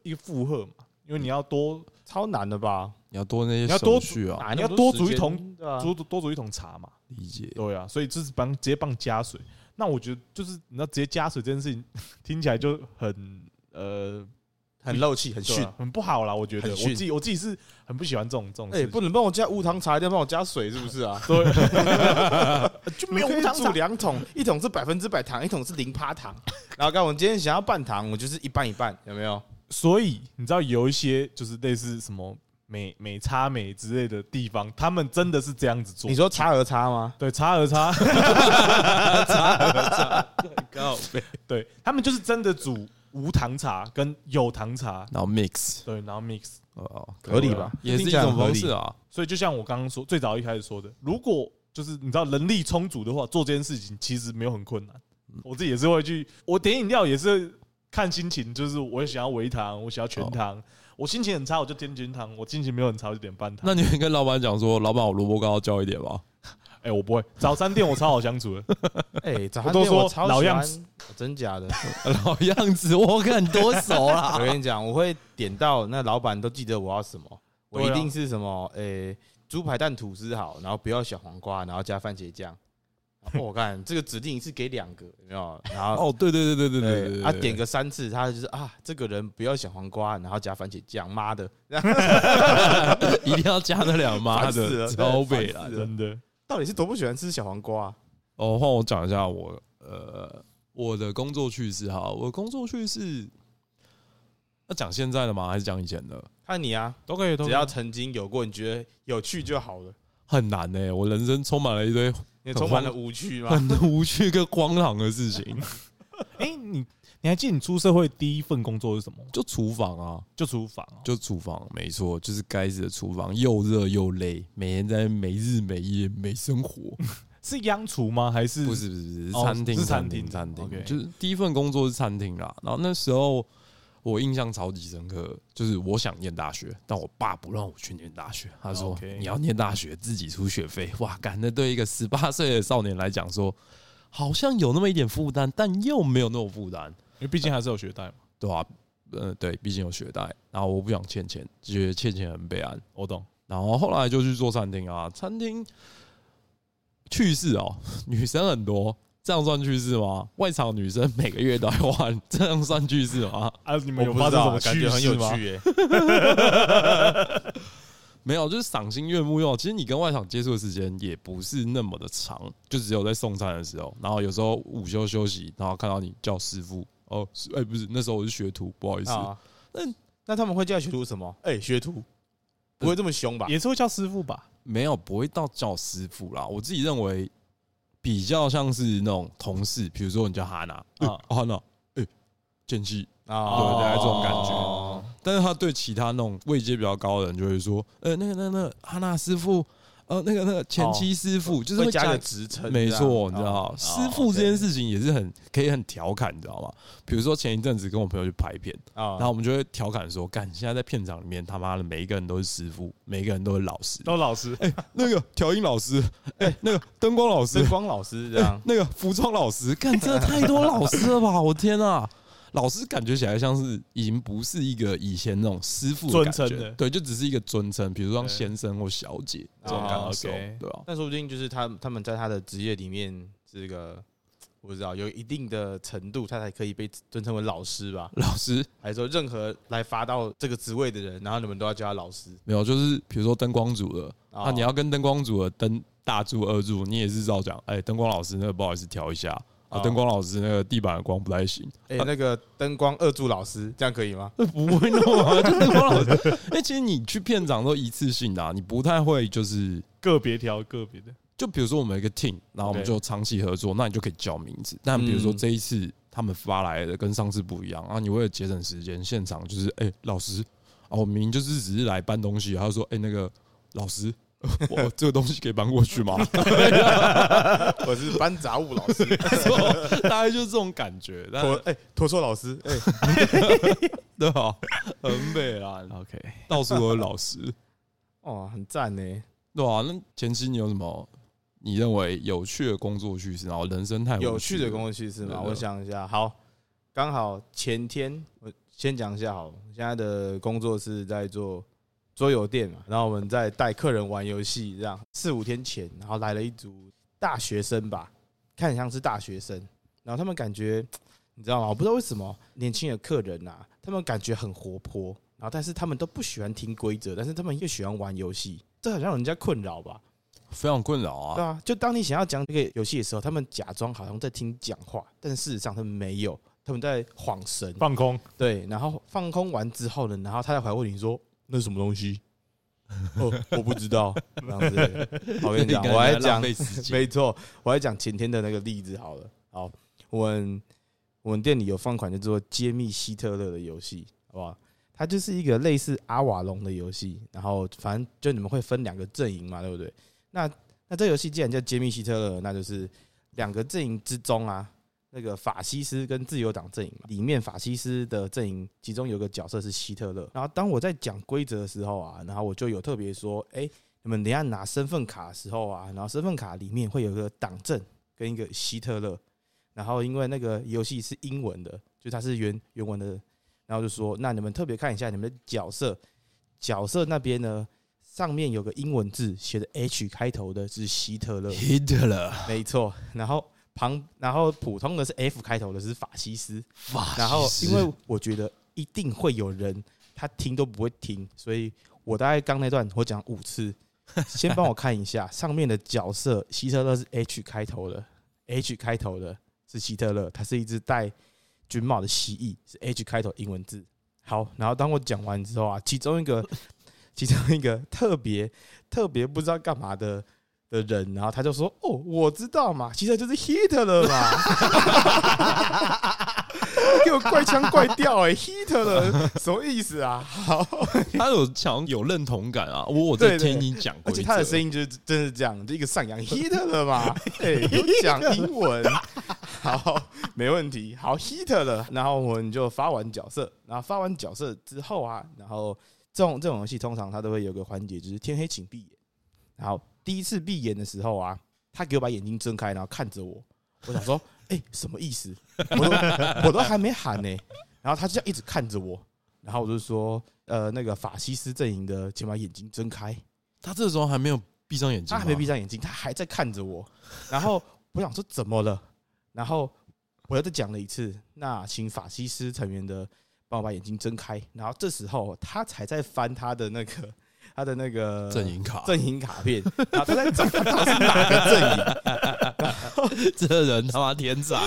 Speaker 3: 一个负荷嘛，因为你要多
Speaker 1: 超难的吧？
Speaker 2: 你要多那
Speaker 3: 你
Speaker 2: 些
Speaker 3: 要多
Speaker 2: 手续啊，
Speaker 1: 哪那么
Speaker 3: 你要多
Speaker 1: 时
Speaker 3: 煮一
Speaker 1: 间
Speaker 3: 桶，
Speaker 1: 对吧啊
Speaker 3: 多多煮一桶茶嘛，
Speaker 2: 理解。
Speaker 3: 对啊，所以就是帮直接帮加水。那我觉得就是你知道直接加水这件事情 (laughs) 听起来就很呃
Speaker 1: 很漏气，很
Speaker 3: 对
Speaker 1: 逊
Speaker 3: 啊。很不好啦，我觉得
Speaker 1: 很
Speaker 3: 我
Speaker 1: 逊
Speaker 3: 自己我自己是很不喜欢这种这种事
Speaker 1: 哎，
Speaker 3: 情，
Speaker 1: 不能帮我加无糖茶，一定要帮我加水，是不是啊？ (laughs)
Speaker 3: 对，
Speaker 1: 就没有无糖煮两桶，一桶是百分之百糖，一桶是零趴糖。然后刚我今天想要半糖，我就是一半一半，有没有？
Speaker 3: 所以你知道有一些就是类似什么美美差美之类的地方，他们真的是这样子做
Speaker 1: 你。说差而差吗？
Speaker 3: (laughs) 对，差而差，
Speaker 1: 靠背，
Speaker 3: 对他们就是真的煮无糖茶跟有糖茶，
Speaker 2: 然后 mix
Speaker 3: 对，然后 mix。
Speaker 2: 哦，
Speaker 1: 合理吧？
Speaker 2: 也是
Speaker 1: 听
Speaker 2: 一
Speaker 1: 起来
Speaker 2: 种
Speaker 1: 很合
Speaker 2: 方
Speaker 1: 理
Speaker 2: 式。啊。
Speaker 3: 所以就像我刚刚说，最早一开始说的，如果就是你知道人力充足的话，做这件事情其实没有很困难。
Speaker 1: 嗯
Speaker 3: 我自己也是会去，我点饮料也是看心情，就是我想要微糖，我想要全糖。
Speaker 1: 哦
Speaker 3: 我心情很差，我就点全糖；我心情没有很差，我就点半糖。
Speaker 2: 那你会跟老板讲说，老板，我萝卜糕叫一点吧。
Speaker 3: 哎、我不会。早餐店我超好相处的，
Speaker 1: 哎，早餐
Speaker 3: 我都
Speaker 1: 店
Speaker 3: 说
Speaker 1: 我超
Speaker 3: 老
Speaker 1: 喜
Speaker 3: 样
Speaker 1: 欢
Speaker 3: 子，
Speaker 1: 真假的？
Speaker 2: (laughs) 老样子，我看你多熟
Speaker 1: 我 (laughs)
Speaker 2: 啦。
Speaker 1: 跟你讲，我会点到那老板都记得我要什么，我
Speaker 3: 对
Speaker 1: 一
Speaker 3: 啊
Speaker 1: 定是什么，诶，猪排蛋吐司好，然后不要小黄瓜，然后加番茄酱。哦我看这个指定是给两个，有没有？然后
Speaker 2: 哦，对对对对对对
Speaker 1: 对，
Speaker 2: 对，
Speaker 1: 他点个三次，他就是啊，这个人不要小黄瓜，然后加番茄酱，妈的， (laughs)
Speaker 2: 一定要加那两妈
Speaker 1: 烦死
Speaker 2: 的
Speaker 1: 了
Speaker 2: 超北
Speaker 1: 烦
Speaker 2: 啦
Speaker 1: 死。了
Speaker 3: 啊真的。
Speaker 1: 到底是多不喜欢吃小黄瓜啊？
Speaker 2: 哦，换我讲一下我呃我的工作趣事哈，我的工作趣事要讲现在的吗？还是讲以前的？
Speaker 1: 看你啊，
Speaker 3: 都可以，都
Speaker 1: 只
Speaker 3: 可以
Speaker 1: 要曾经有过，你觉得有趣就好了。
Speaker 2: 很难呢、我人生充满了一堆
Speaker 1: 你充满了无趣吗？
Speaker 2: 很无趣跟荒唐的事情，
Speaker 3: 哎、你你还记得你出社会第一份工作是什么吗？
Speaker 2: 就厨房啊，
Speaker 3: 就厨房、哦。
Speaker 2: 就厨房，没错，就是该死的厨房，又热又累，每天在那边没日没夜没生活。
Speaker 3: 是央厨吗？还是
Speaker 2: 不是不是不是
Speaker 3: 哦
Speaker 2: 餐厅
Speaker 3: 是餐
Speaker 2: 餐厅
Speaker 3: 厅
Speaker 2: 餐厅，
Speaker 3: OK
Speaker 2: 就是第一份工作是餐厅啦。然后那时候我印象超级深刻，就是我想念大学，但我爸不让我去念大学，他说
Speaker 3: 哦 OK
Speaker 2: 你要念大学自己出学费。哇，干那对一个十八岁的少年来讲说，好像有那么一点负担，但又没有那种负担。
Speaker 3: 因为毕竟还是有学贷嘛。
Speaker 2: 对啊，呃，对，毕竟有学贷，然后我不想欠钱，觉得欠钱很悲哀。
Speaker 3: 我懂，
Speaker 2: 然后后来就去做餐厅啊，餐厅趣事哦， (laughs) 女生很多，这样算趣事吗？外场女生每个月都要换， (laughs) 这样算趣事吗？
Speaker 3: 啊，你们
Speaker 1: 我
Speaker 3: 有
Speaker 1: 不
Speaker 3: 发
Speaker 1: 知
Speaker 3: 生什
Speaker 1: 道，
Speaker 3: 么
Speaker 1: 感
Speaker 3: 趣
Speaker 1: 觉很
Speaker 3: 事
Speaker 1: 有
Speaker 3: 吗？
Speaker 1: 趣耶。欸
Speaker 2: 没有，就是赏心悦目哦用。其实你跟外场接触的时间也不是那么的长，就只有在送餐的时候，然后有时候午休休息，然后看到你叫师傅。哦，是哎、不是，那时候我是学徒，不好意思，
Speaker 1: 啊，那
Speaker 2: 嗯
Speaker 1: 那他们会叫学徒什么？哎，学徒不会这么凶吧？
Speaker 3: 也是会叫师傅吧？
Speaker 2: 没有不会到叫师傅啦。我自己认为比较像是那种同事，比如说你叫哈娜啊
Speaker 1: 嗯
Speaker 3: 啊，
Speaker 2: 哈娜，哎，间隙。
Speaker 1: 啊
Speaker 2: 对大概这种感觉
Speaker 1: 哦
Speaker 2: 但是他对其他那种位阶比较高的人就会说，呃，那个、那个、那个哈娜师傅，呃，那个、那个前妻师傅，就
Speaker 1: 哦
Speaker 2: 是
Speaker 1: 会
Speaker 2: 会
Speaker 1: 加
Speaker 2: 加
Speaker 1: 个职称，
Speaker 2: 没
Speaker 1: 这
Speaker 2: 错，
Speaker 1: 样
Speaker 2: 你知道，
Speaker 1: 哦
Speaker 2: 师傅这件事情也是很可以很调侃，你知道吗？比如说前一阵子跟我朋友去拍片，
Speaker 1: 啊 (laughs)
Speaker 2: 然后我们就会调侃说，干，现在在片场里面，他妈的每一个人都是师傅，每一个人都是老师，
Speaker 3: 都老 (laughs) 师，
Speaker 2: 那个调音老师，哎、那个灯光老师
Speaker 1: 灯，光老师这样， (laughs)
Speaker 2: 那个服装老师， (laughs) 干，真的太多老师了 (laughs) 吧！我天啊，老师感觉起来像是已经不是一个以前那种师傅的感觉
Speaker 3: 尊称的
Speaker 2: 对，就只是一个尊称，比如说像
Speaker 3: 对
Speaker 2: 先生或小姐这种感
Speaker 1: 哦
Speaker 2: 受，
Speaker 3: 啊，OK
Speaker 2: 对吧、
Speaker 1: 但说不定就是他他们在他的职业里面是一个我不知道有一定的程度，他才可以被尊称为老师吧？
Speaker 2: 老师
Speaker 1: 还是说任何来发到这个职位的人，然后你们都要叫他老师？
Speaker 2: 没有，就是比如说灯光组的，
Speaker 1: 哦
Speaker 2: 啊，你要跟灯光组的灯大柱、二柱，你也是照讲，哎，灯光老师那个不好意思调一下啊，
Speaker 1: 哦
Speaker 2: 灯光老师那个地板的光不太行， (laughs)
Speaker 1: 哎、那个灯光二助老师，这样可以吗？
Speaker 2: 那不会弄啊，就 (laughs) 灯光老师。哎，其实你去片场都一次性的、啊，你不太会就是。
Speaker 3: (laughs) 个别调个别的，
Speaker 2: 就比如说我们有一个 team，然后我们
Speaker 3: OK
Speaker 2: 就长期合作，那你就可以叫名字。但比如说
Speaker 1: 嗯
Speaker 2: 这一次他们发来的跟上次不一样啊，你为了节省时间，现场就是哎、老师啊，我明明就是只是来搬东西，他就说哎、那个老师， (laughs) 我这个东西可以搬过
Speaker 1: (laughs)
Speaker 2: 去吗？
Speaker 1: 我是班杂物
Speaker 2: (laughs)
Speaker 1: 老师，
Speaker 2: 大概就是这种感觉，但
Speaker 1: 托哎、托寿老师，哎、
Speaker 2: 对吧？ (laughs) 很美啦，
Speaker 3: OK，
Speaker 2: 到处都是老师，
Speaker 1: (laughs) 哦，很赞呢。
Speaker 2: 对吧、那前期你有什么你认为有趣的工作趣事，然后人生太无
Speaker 1: 有趣的
Speaker 2: 了
Speaker 1: 工作趣事
Speaker 2: 对
Speaker 1: 吗？
Speaker 2: 的
Speaker 1: 我想一下，好，刚好前天我先讲一下好了，我现在的工作是在做桌游店嘛，然后我们在带客人玩游戏，这样四五天前，然后来了一组大学生吧，看起来像是大学生，然后他们感觉你知道吗？我不知道为什么年轻的客人啊，他们感觉很活泼，然后但是他们都不喜欢听规则，但是他们又喜欢玩游戏，这很让人家困扰吧？
Speaker 2: 非常困扰
Speaker 1: 对
Speaker 2: 啊，
Speaker 1: 啊，就当你想要讲这个游戏的时候，他们假装好像在听讲话，但事实上他们没有，他们在晃神。
Speaker 3: 放空，
Speaker 1: 对，然后放空完之后呢，然后他再回来问你说：“那是什么东西？” (laughs) 哦，我不知道。这样子，好我跟你
Speaker 2: (laughs)
Speaker 1: 讲，我还讲
Speaker 2: 浪费时间
Speaker 1: 没错，我还讲前天的那个例子好了。好，我们我们店里有放款叫做《揭秘希特勒》的游戏，好不好？它就是一个类似阿瓦隆的游戏，然后反正就你们会分两个阵营嘛，对不对？那那这游戏既然叫《揭秘希特勒》，那就是两个阵营之中啊，那个法西斯跟自由党阵营嘛，里面法西斯的阵营其中有个角色是希特勒。然后当我在讲规则的时候啊，然后我就有特别说，哎、你们等一下拿身份卡的时候啊，然后身份卡里面会有个党证跟一个希特勒，然后因为那个游戏是英文的，就它是原原文的，然后就说，那你们特别看一下你们的角色，角色那边呢上面有个英文字写的 H 开头的是希特勒，
Speaker 2: Hitler
Speaker 1: 没错，然后旁然后普通的是 F 开头的是法西斯，
Speaker 2: 法
Speaker 1: 然后
Speaker 2: 西
Speaker 1: 因
Speaker 2: 斯
Speaker 1: 为我觉得一定会有人他听都不会听，所以我大概刚那段我讲五次，先帮我看一下上面的角色，希特勒是 H 开头的，H 开头的是希特勒，他是一只戴军帽的蜥蜴，是 H 开头英文字。好，然后当我讲完之后啊，其中一个 (laughs) 其中一个特别特别不知道干嘛的。的人，然后他就说：“哦，我知道嘛，希特勒就是 Hitler 嘛。”给我怪腔怪调哎、h i t 了，什么意思啊？好，
Speaker 2: (laughs) 他有强有认同感啊！我我在
Speaker 1: 对对
Speaker 2: 听你讲，
Speaker 1: 而且他的声
Speaker 2: 音，
Speaker 1: 音就是真的是这样，就一个上扬 Hit 了嘛，哎、又讲英文，好，没问题，好 Hit 了，然后我们就发完角色，然后发完角色之后啊，然后这种这种游戏通常它都会有个环节，就是天黑请闭眼，然后第一次闭眼的时候啊，他给我把眼睛睁开，然后看着我，我想说， (laughs) 哎、什么意思？我都我 (laughs) 都还没喊呢、然后他就这样一直看着我，然后我就说，呃，那个法西斯阵营的，请把眼睛睁开。
Speaker 2: 他这时候还没有闭上眼睛，
Speaker 1: 他还没闭，上眼睛，他还在看着我。然后我想说怎么了？然后我又再讲了一次，那请法西斯成员的帮我把眼睛睁开。然后这时候他才在翻他的那个他的那个
Speaker 2: 阵营卡，
Speaker 1: 阵营卡片，然后他在找他到底是哪个阵营。
Speaker 2: 这人他妈天才，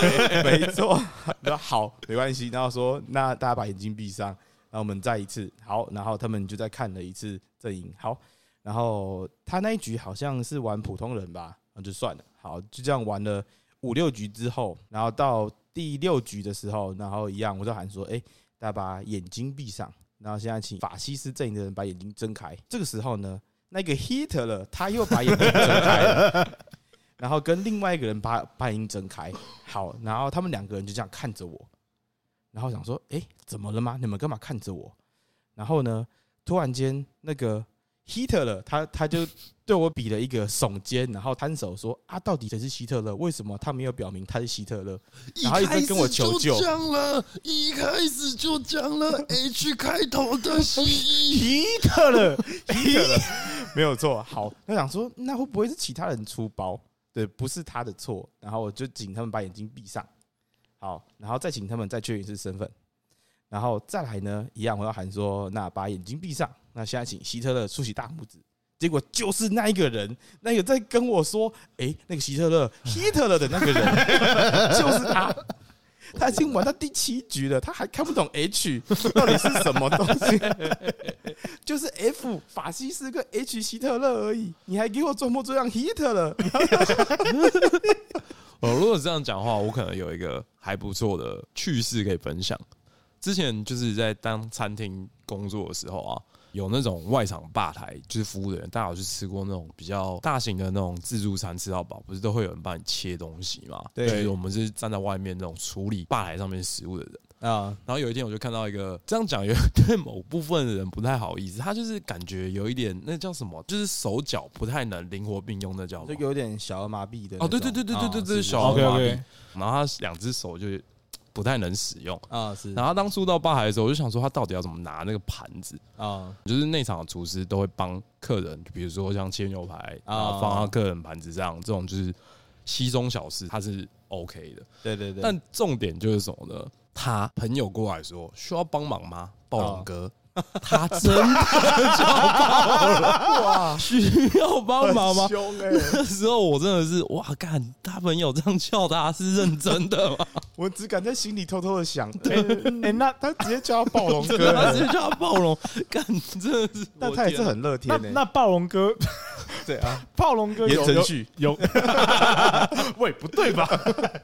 Speaker 1: 没错，然后好，没关系。然后说，那大家把眼睛闭上，然后我们再一次好，然后他们就再看了一次阵营好，然后他那一局好像是玩普通人吧，那就算了，好，就这样玩了五六局之后，然后到第六局的时候，然后一样，我就喊说，哎、大家把眼睛闭上，然后现在请法西斯阵营的人把眼睛睁开。这个时候呢，那个 hit 了，他又把眼睛睁开了。然后跟另外一个人把把眼睛睁开，好，然后他们两个人就这样看着我，然后想说，哎、怎么了吗？你们干嘛看着我？然后呢，突然间那个 h i t 了，他他就对我比了一个耸肩，然后摊手说，啊，到底谁是希特勒？为什么他没有表明他是希特勒？ (laughs) 然后一直跟我求救
Speaker 2: 一开始就讲了，一开始就讲了 H 开头的 (laughs) 蜥蜴，
Speaker 1: 皮特了，皮特了，没有错。好，那想说，那会不会是其他人出包？对，不是他的错。然后我就请他们把眼睛闭上，好，然后再请他们再确认一次身份，然后再来呢，一样我要喊说，那把眼睛闭上。那现在请希特勒竖起大拇指。结果就是那一个人，那个在跟我说，诶，那个希特勒，希特勒的那个人 (laughs) 就是他。他已经玩到第七局了，他还看不懂 H 到底是什么东西，就是 F 法西斯跟 H 希特勒而已。你还给我装模作样 Hitler 了？
Speaker 2: 呃，如果这样讲的话，我可能有一个还不错的趣事可以分享。之前就是在当餐厅工作的时候啊，有那种外场吧台，就是服务的人，大家有去吃过那种比较大型的那种自助餐，吃到饱，不是都会有人帮你切东西嘛？
Speaker 1: 对
Speaker 2: 就是我们是站在外面那种处理吧台上面食物的人。
Speaker 1: (laughs) 啊，
Speaker 2: 然后有一天我就看到一个这样讲，有 (laughs) 对某部分的人不太好意思，他就是感觉有一点那叫什么，就是手脚不太能灵活并用，那叫什
Speaker 1: 就
Speaker 2: 么？
Speaker 1: 有点小儿麻痹的那种。
Speaker 2: 哦，对对对对对对对，
Speaker 1: 啊
Speaker 2: 小
Speaker 3: 麻
Speaker 2: 儿
Speaker 3: 痹
Speaker 2: 麻
Speaker 3: OK，OK
Speaker 2: 痹，然后他两只手就不太能使用。
Speaker 1: 啊是
Speaker 2: 然后他当初到吧台的时候，我就想说他到底要怎么拿那个盘子，
Speaker 1: 啊
Speaker 2: 就是内场的厨师都会帮客人，比如说像切牛排，
Speaker 1: 啊
Speaker 2: 然后放到客人盘子上，这种就是稀松小事，他是 OK 的。
Speaker 1: 对对对，
Speaker 2: 但重点就是什么呢？他朋友过来说需要帮忙吗？暴龙
Speaker 1: 啊
Speaker 2: 哥，他真的叫
Speaker 1: (laughs)
Speaker 2: 爆了，哇，需要帮忙吗？
Speaker 1: 凶哎、
Speaker 2: (laughs) 那时候我真的是哇，干他朋友这样叫他是认真的吗？
Speaker 1: 我只敢在心里偷偷的想，
Speaker 3: 哎、
Speaker 1: (laughs) 对，
Speaker 3: 哎那
Speaker 1: 他直接叫他暴龙
Speaker 2: 真的他
Speaker 1: 哥、
Speaker 2: 是叫他暴龙，干真的是，
Speaker 1: (laughs) 但
Speaker 2: 我
Speaker 1: 他也是
Speaker 2: 天啊
Speaker 1: 很乐天
Speaker 3: 那
Speaker 1: 的、
Speaker 3: 那暴龙哥， (laughs)
Speaker 1: 对啊，
Speaker 3: 暴龙哥
Speaker 1: 言
Speaker 3: 有
Speaker 1: 承
Speaker 3: 有
Speaker 1: 旭
Speaker 3: 有， (laughs) 喂，不对吧？ (laughs)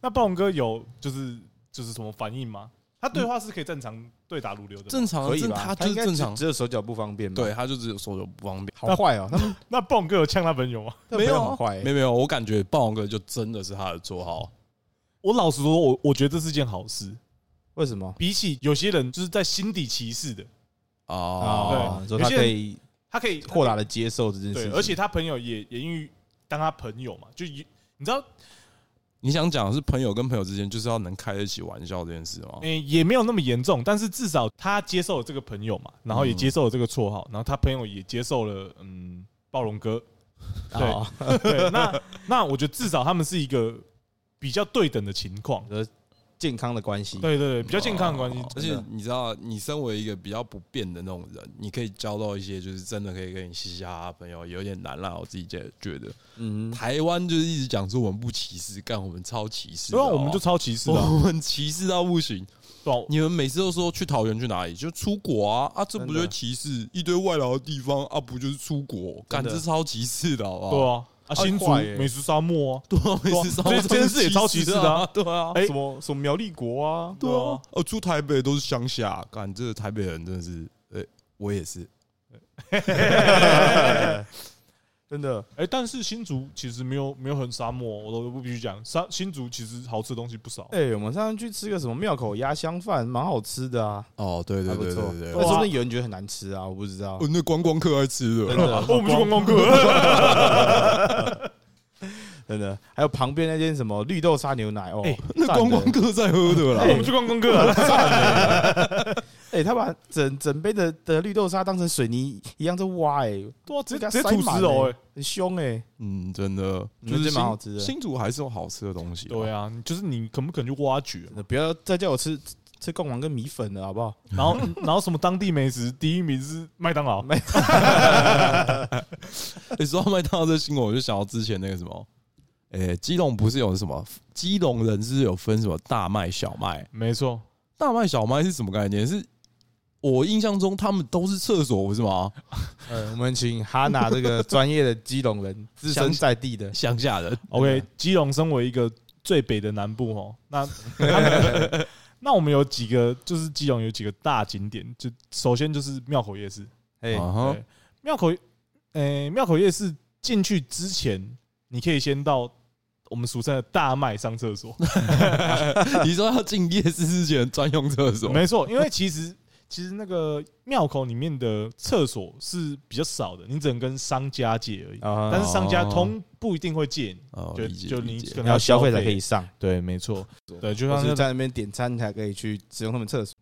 Speaker 3: 那暴龙哥有就是就是什么反应吗？他对话是可以正常对答如流的吗。
Speaker 2: 正常，啊
Speaker 1: 可以
Speaker 2: 正
Speaker 1: 吧？
Speaker 2: 他就
Speaker 1: 应
Speaker 2: 是
Speaker 1: 该
Speaker 2: 正
Speaker 1: 只
Speaker 2: 常，
Speaker 1: 只有手脚不方便吧？
Speaker 2: 对，他就只有手肘不方便。
Speaker 1: 好坏哦，他们
Speaker 3: 那暴龙哥有呛他朋友吗？
Speaker 1: 他
Speaker 2: 没
Speaker 1: 们
Speaker 2: 有
Speaker 1: 很
Speaker 2: 啊
Speaker 1: 坏、欸
Speaker 2: 没有没有，我感觉暴龙哥就真的是他的绰号，
Speaker 3: (laughs) 我老实说，我我觉得这是件好事，
Speaker 1: 为什么？
Speaker 3: 比起有些人就是在心底歧视的，
Speaker 2: 哦，
Speaker 1: 所
Speaker 3: 对
Speaker 1: 以他
Speaker 3: 有些人
Speaker 1: 可以
Speaker 3: 他可以
Speaker 1: 豁达的接受这件事
Speaker 3: 对，
Speaker 1: 情，
Speaker 3: 而且他朋友也也因为当他朋友嘛，就也你知道，
Speaker 2: 你想讲的是朋友跟朋友之间就是要能开得起玩笑这件事吗？
Speaker 3: 诶、也没有那么严重，但是至少他接受了这个朋友嘛，然后也
Speaker 2: 嗯
Speaker 3: 接受了这个绰号，然后他朋友也接受了，嗯，暴龙哥， (laughs) 对
Speaker 1: 哦
Speaker 3: 对，那那我觉得至少他们是一个比较对等的情况，
Speaker 1: 健康的关系，
Speaker 3: 对对对，比较健康的关啊系
Speaker 2: 哦，而
Speaker 3: 哦而且
Speaker 2: 且你知道，你身为一个比较不变的那种人，你可以交到一些就是真的可以跟你嘻嘻哈哈的朋友，有点难啦。我自己觉觉得，
Speaker 1: 嗯，
Speaker 2: 台湾就是一直讲说我们不歧视，干我们超歧视的
Speaker 3: 对
Speaker 2: 哦，
Speaker 3: 啊，我们就超歧视的啊，
Speaker 2: 我们歧视到不行。
Speaker 3: 对啊
Speaker 2: 你们每次都说去桃园去哪里，就出国啊啊，这不
Speaker 1: 真
Speaker 2: 就
Speaker 1: 的
Speaker 2: 是歧视？一堆外劳的地方啊，不就是出国？干
Speaker 1: 真的
Speaker 2: 这超歧视的好不好？
Speaker 3: 对啊，啊，新
Speaker 1: 很
Speaker 3: 竹
Speaker 1: 坏耶
Speaker 3: 美食沙漠啊，
Speaker 2: 对啊，每次
Speaker 3: 对啊这这件事也超歧
Speaker 2: 歧
Speaker 3: 视
Speaker 2: 视
Speaker 3: 的啊
Speaker 2: 对啊，
Speaker 3: 哎
Speaker 1: 什么什么苗栗国啊，
Speaker 2: 对
Speaker 3: 对
Speaker 2: 啊
Speaker 3: 啊，
Speaker 2: 呃，住台北都是乡下，干这个台北人真的是，呃，我也是，
Speaker 1: (laughs) 真的
Speaker 3: 哎、但是新竹其实没有没有很沙漠哦，我都我必须讲，沙新竹其实好吃的东西不少。
Speaker 1: 哎、我们上次去吃个什么庙口鸭香饭，蛮好吃的啊，
Speaker 2: 哦，对
Speaker 1: 还
Speaker 2: 对
Speaker 1: 不
Speaker 2: 对
Speaker 1: 错。
Speaker 2: 对对，
Speaker 1: 但说不定有人觉得很难吃啊，我不知道
Speaker 2: 哦。，那观光客爱吃
Speaker 1: 真
Speaker 2: 的，
Speaker 1: 的，
Speaker 3: 哦，我们去观光客，
Speaker 1: (laughs) 真的，还有旁边那间什么绿豆沙牛奶哦
Speaker 3: 哎，
Speaker 2: 那 (laughs) 观光
Speaker 1: 赞的，
Speaker 2: 客在喝的
Speaker 3: 我
Speaker 2: 啦。
Speaker 3: 们去观光客啊，
Speaker 1: 哎，他把整整杯的的绿豆沙当成水泥一样在挖，哎，(laughs)
Speaker 3: 对啊，直
Speaker 1: 给它
Speaker 3: 接直接
Speaker 1: 塞
Speaker 3: 吐
Speaker 1: 满
Speaker 3: 石头
Speaker 1: 欸
Speaker 3: 哎，
Speaker 1: 很凶哎，
Speaker 2: 嗯，真的，
Speaker 1: 嗯
Speaker 2: 就是
Speaker 1: 那
Speaker 2: 新
Speaker 1: 蛮好吃的
Speaker 2: 新竹还是有好吃的东西。
Speaker 3: 对，啊，你就是你肯不肯去挖掘
Speaker 1: 真？的不要再叫我吃吃贡丸跟米粉了，好不好？(laughs)
Speaker 3: 然后然后什么当地美食第一名是麦当劳，
Speaker 2: 你说到麦当劳这新闻，我就想到之前那个什么，诶，基隆不是有什么？基隆人是有分什么大麦、小麦？
Speaker 3: 没错，
Speaker 2: 大麦、小麦是什么概念？是我印象中他们都是厕所，不是吗？
Speaker 1: 呃，我们请哈娜这个专业的基隆人， (laughs) 资深在地的，
Speaker 2: 乡下人，
Speaker 1: 啊
Speaker 3: OK，基隆身为一个最北的南部哦，
Speaker 1: (laughs)
Speaker 3: 那他们那我们有几个就是基隆有几个大景点，就首先就是庙口夜市，
Speaker 1: 哎，
Speaker 2: 啊哈
Speaker 3: 对庙口，诶、庙口夜市进去之前，你可以先到我们俗称的大麦上厕所。
Speaker 2: 你说要进夜市之前专用厕所？
Speaker 3: 没错，因为其实其实那个庙口里面的厕所是比较少的，你只能跟商家借而已。
Speaker 1: 啊
Speaker 3: 但是商家
Speaker 2: 哦
Speaker 3: 通不一定会借你，
Speaker 2: 哦，
Speaker 3: 就
Speaker 2: 理解
Speaker 3: 就
Speaker 2: 理
Speaker 3: 你
Speaker 2: 解
Speaker 3: 可能
Speaker 1: 要消
Speaker 3: 消
Speaker 1: 费
Speaker 3: 费
Speaker 1: 才可以。上，
Speaker 3: 对，没错，对，就
Speaker 1: 就
Speaker 3: 像
Speaker 1: 是
Speaker 3: 那
Speaker 1: 在那边点餐才可以去使用他们厕所。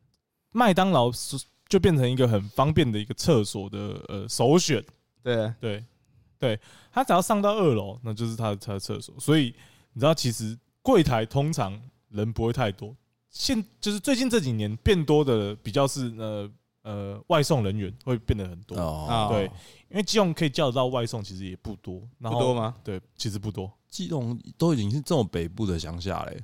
Speaker 3: 麦当劳是就变成一个很方便的一个厕所的呃首选。
Speaker 1: 对，啊
Speaker 3: 对，他只要上到二楼，那就是他的他的厕所。所以你知道，其实柜台通常人不会太多。现就是最近这几年变多的比较是呃呃外送人员会变得很多，啊
Speaker 2: 哦，
Speaker 1: 哦
Speaker 3: 对因为基隆可以叫得到外送，其实也不多。然
Speaker 1: 不
Speaker 3: 后
Speaker 1: 多吗？
Speaker 3: 对，其实不多，
Speaker 2: 基隆都已经是这种北部的乡下嘞，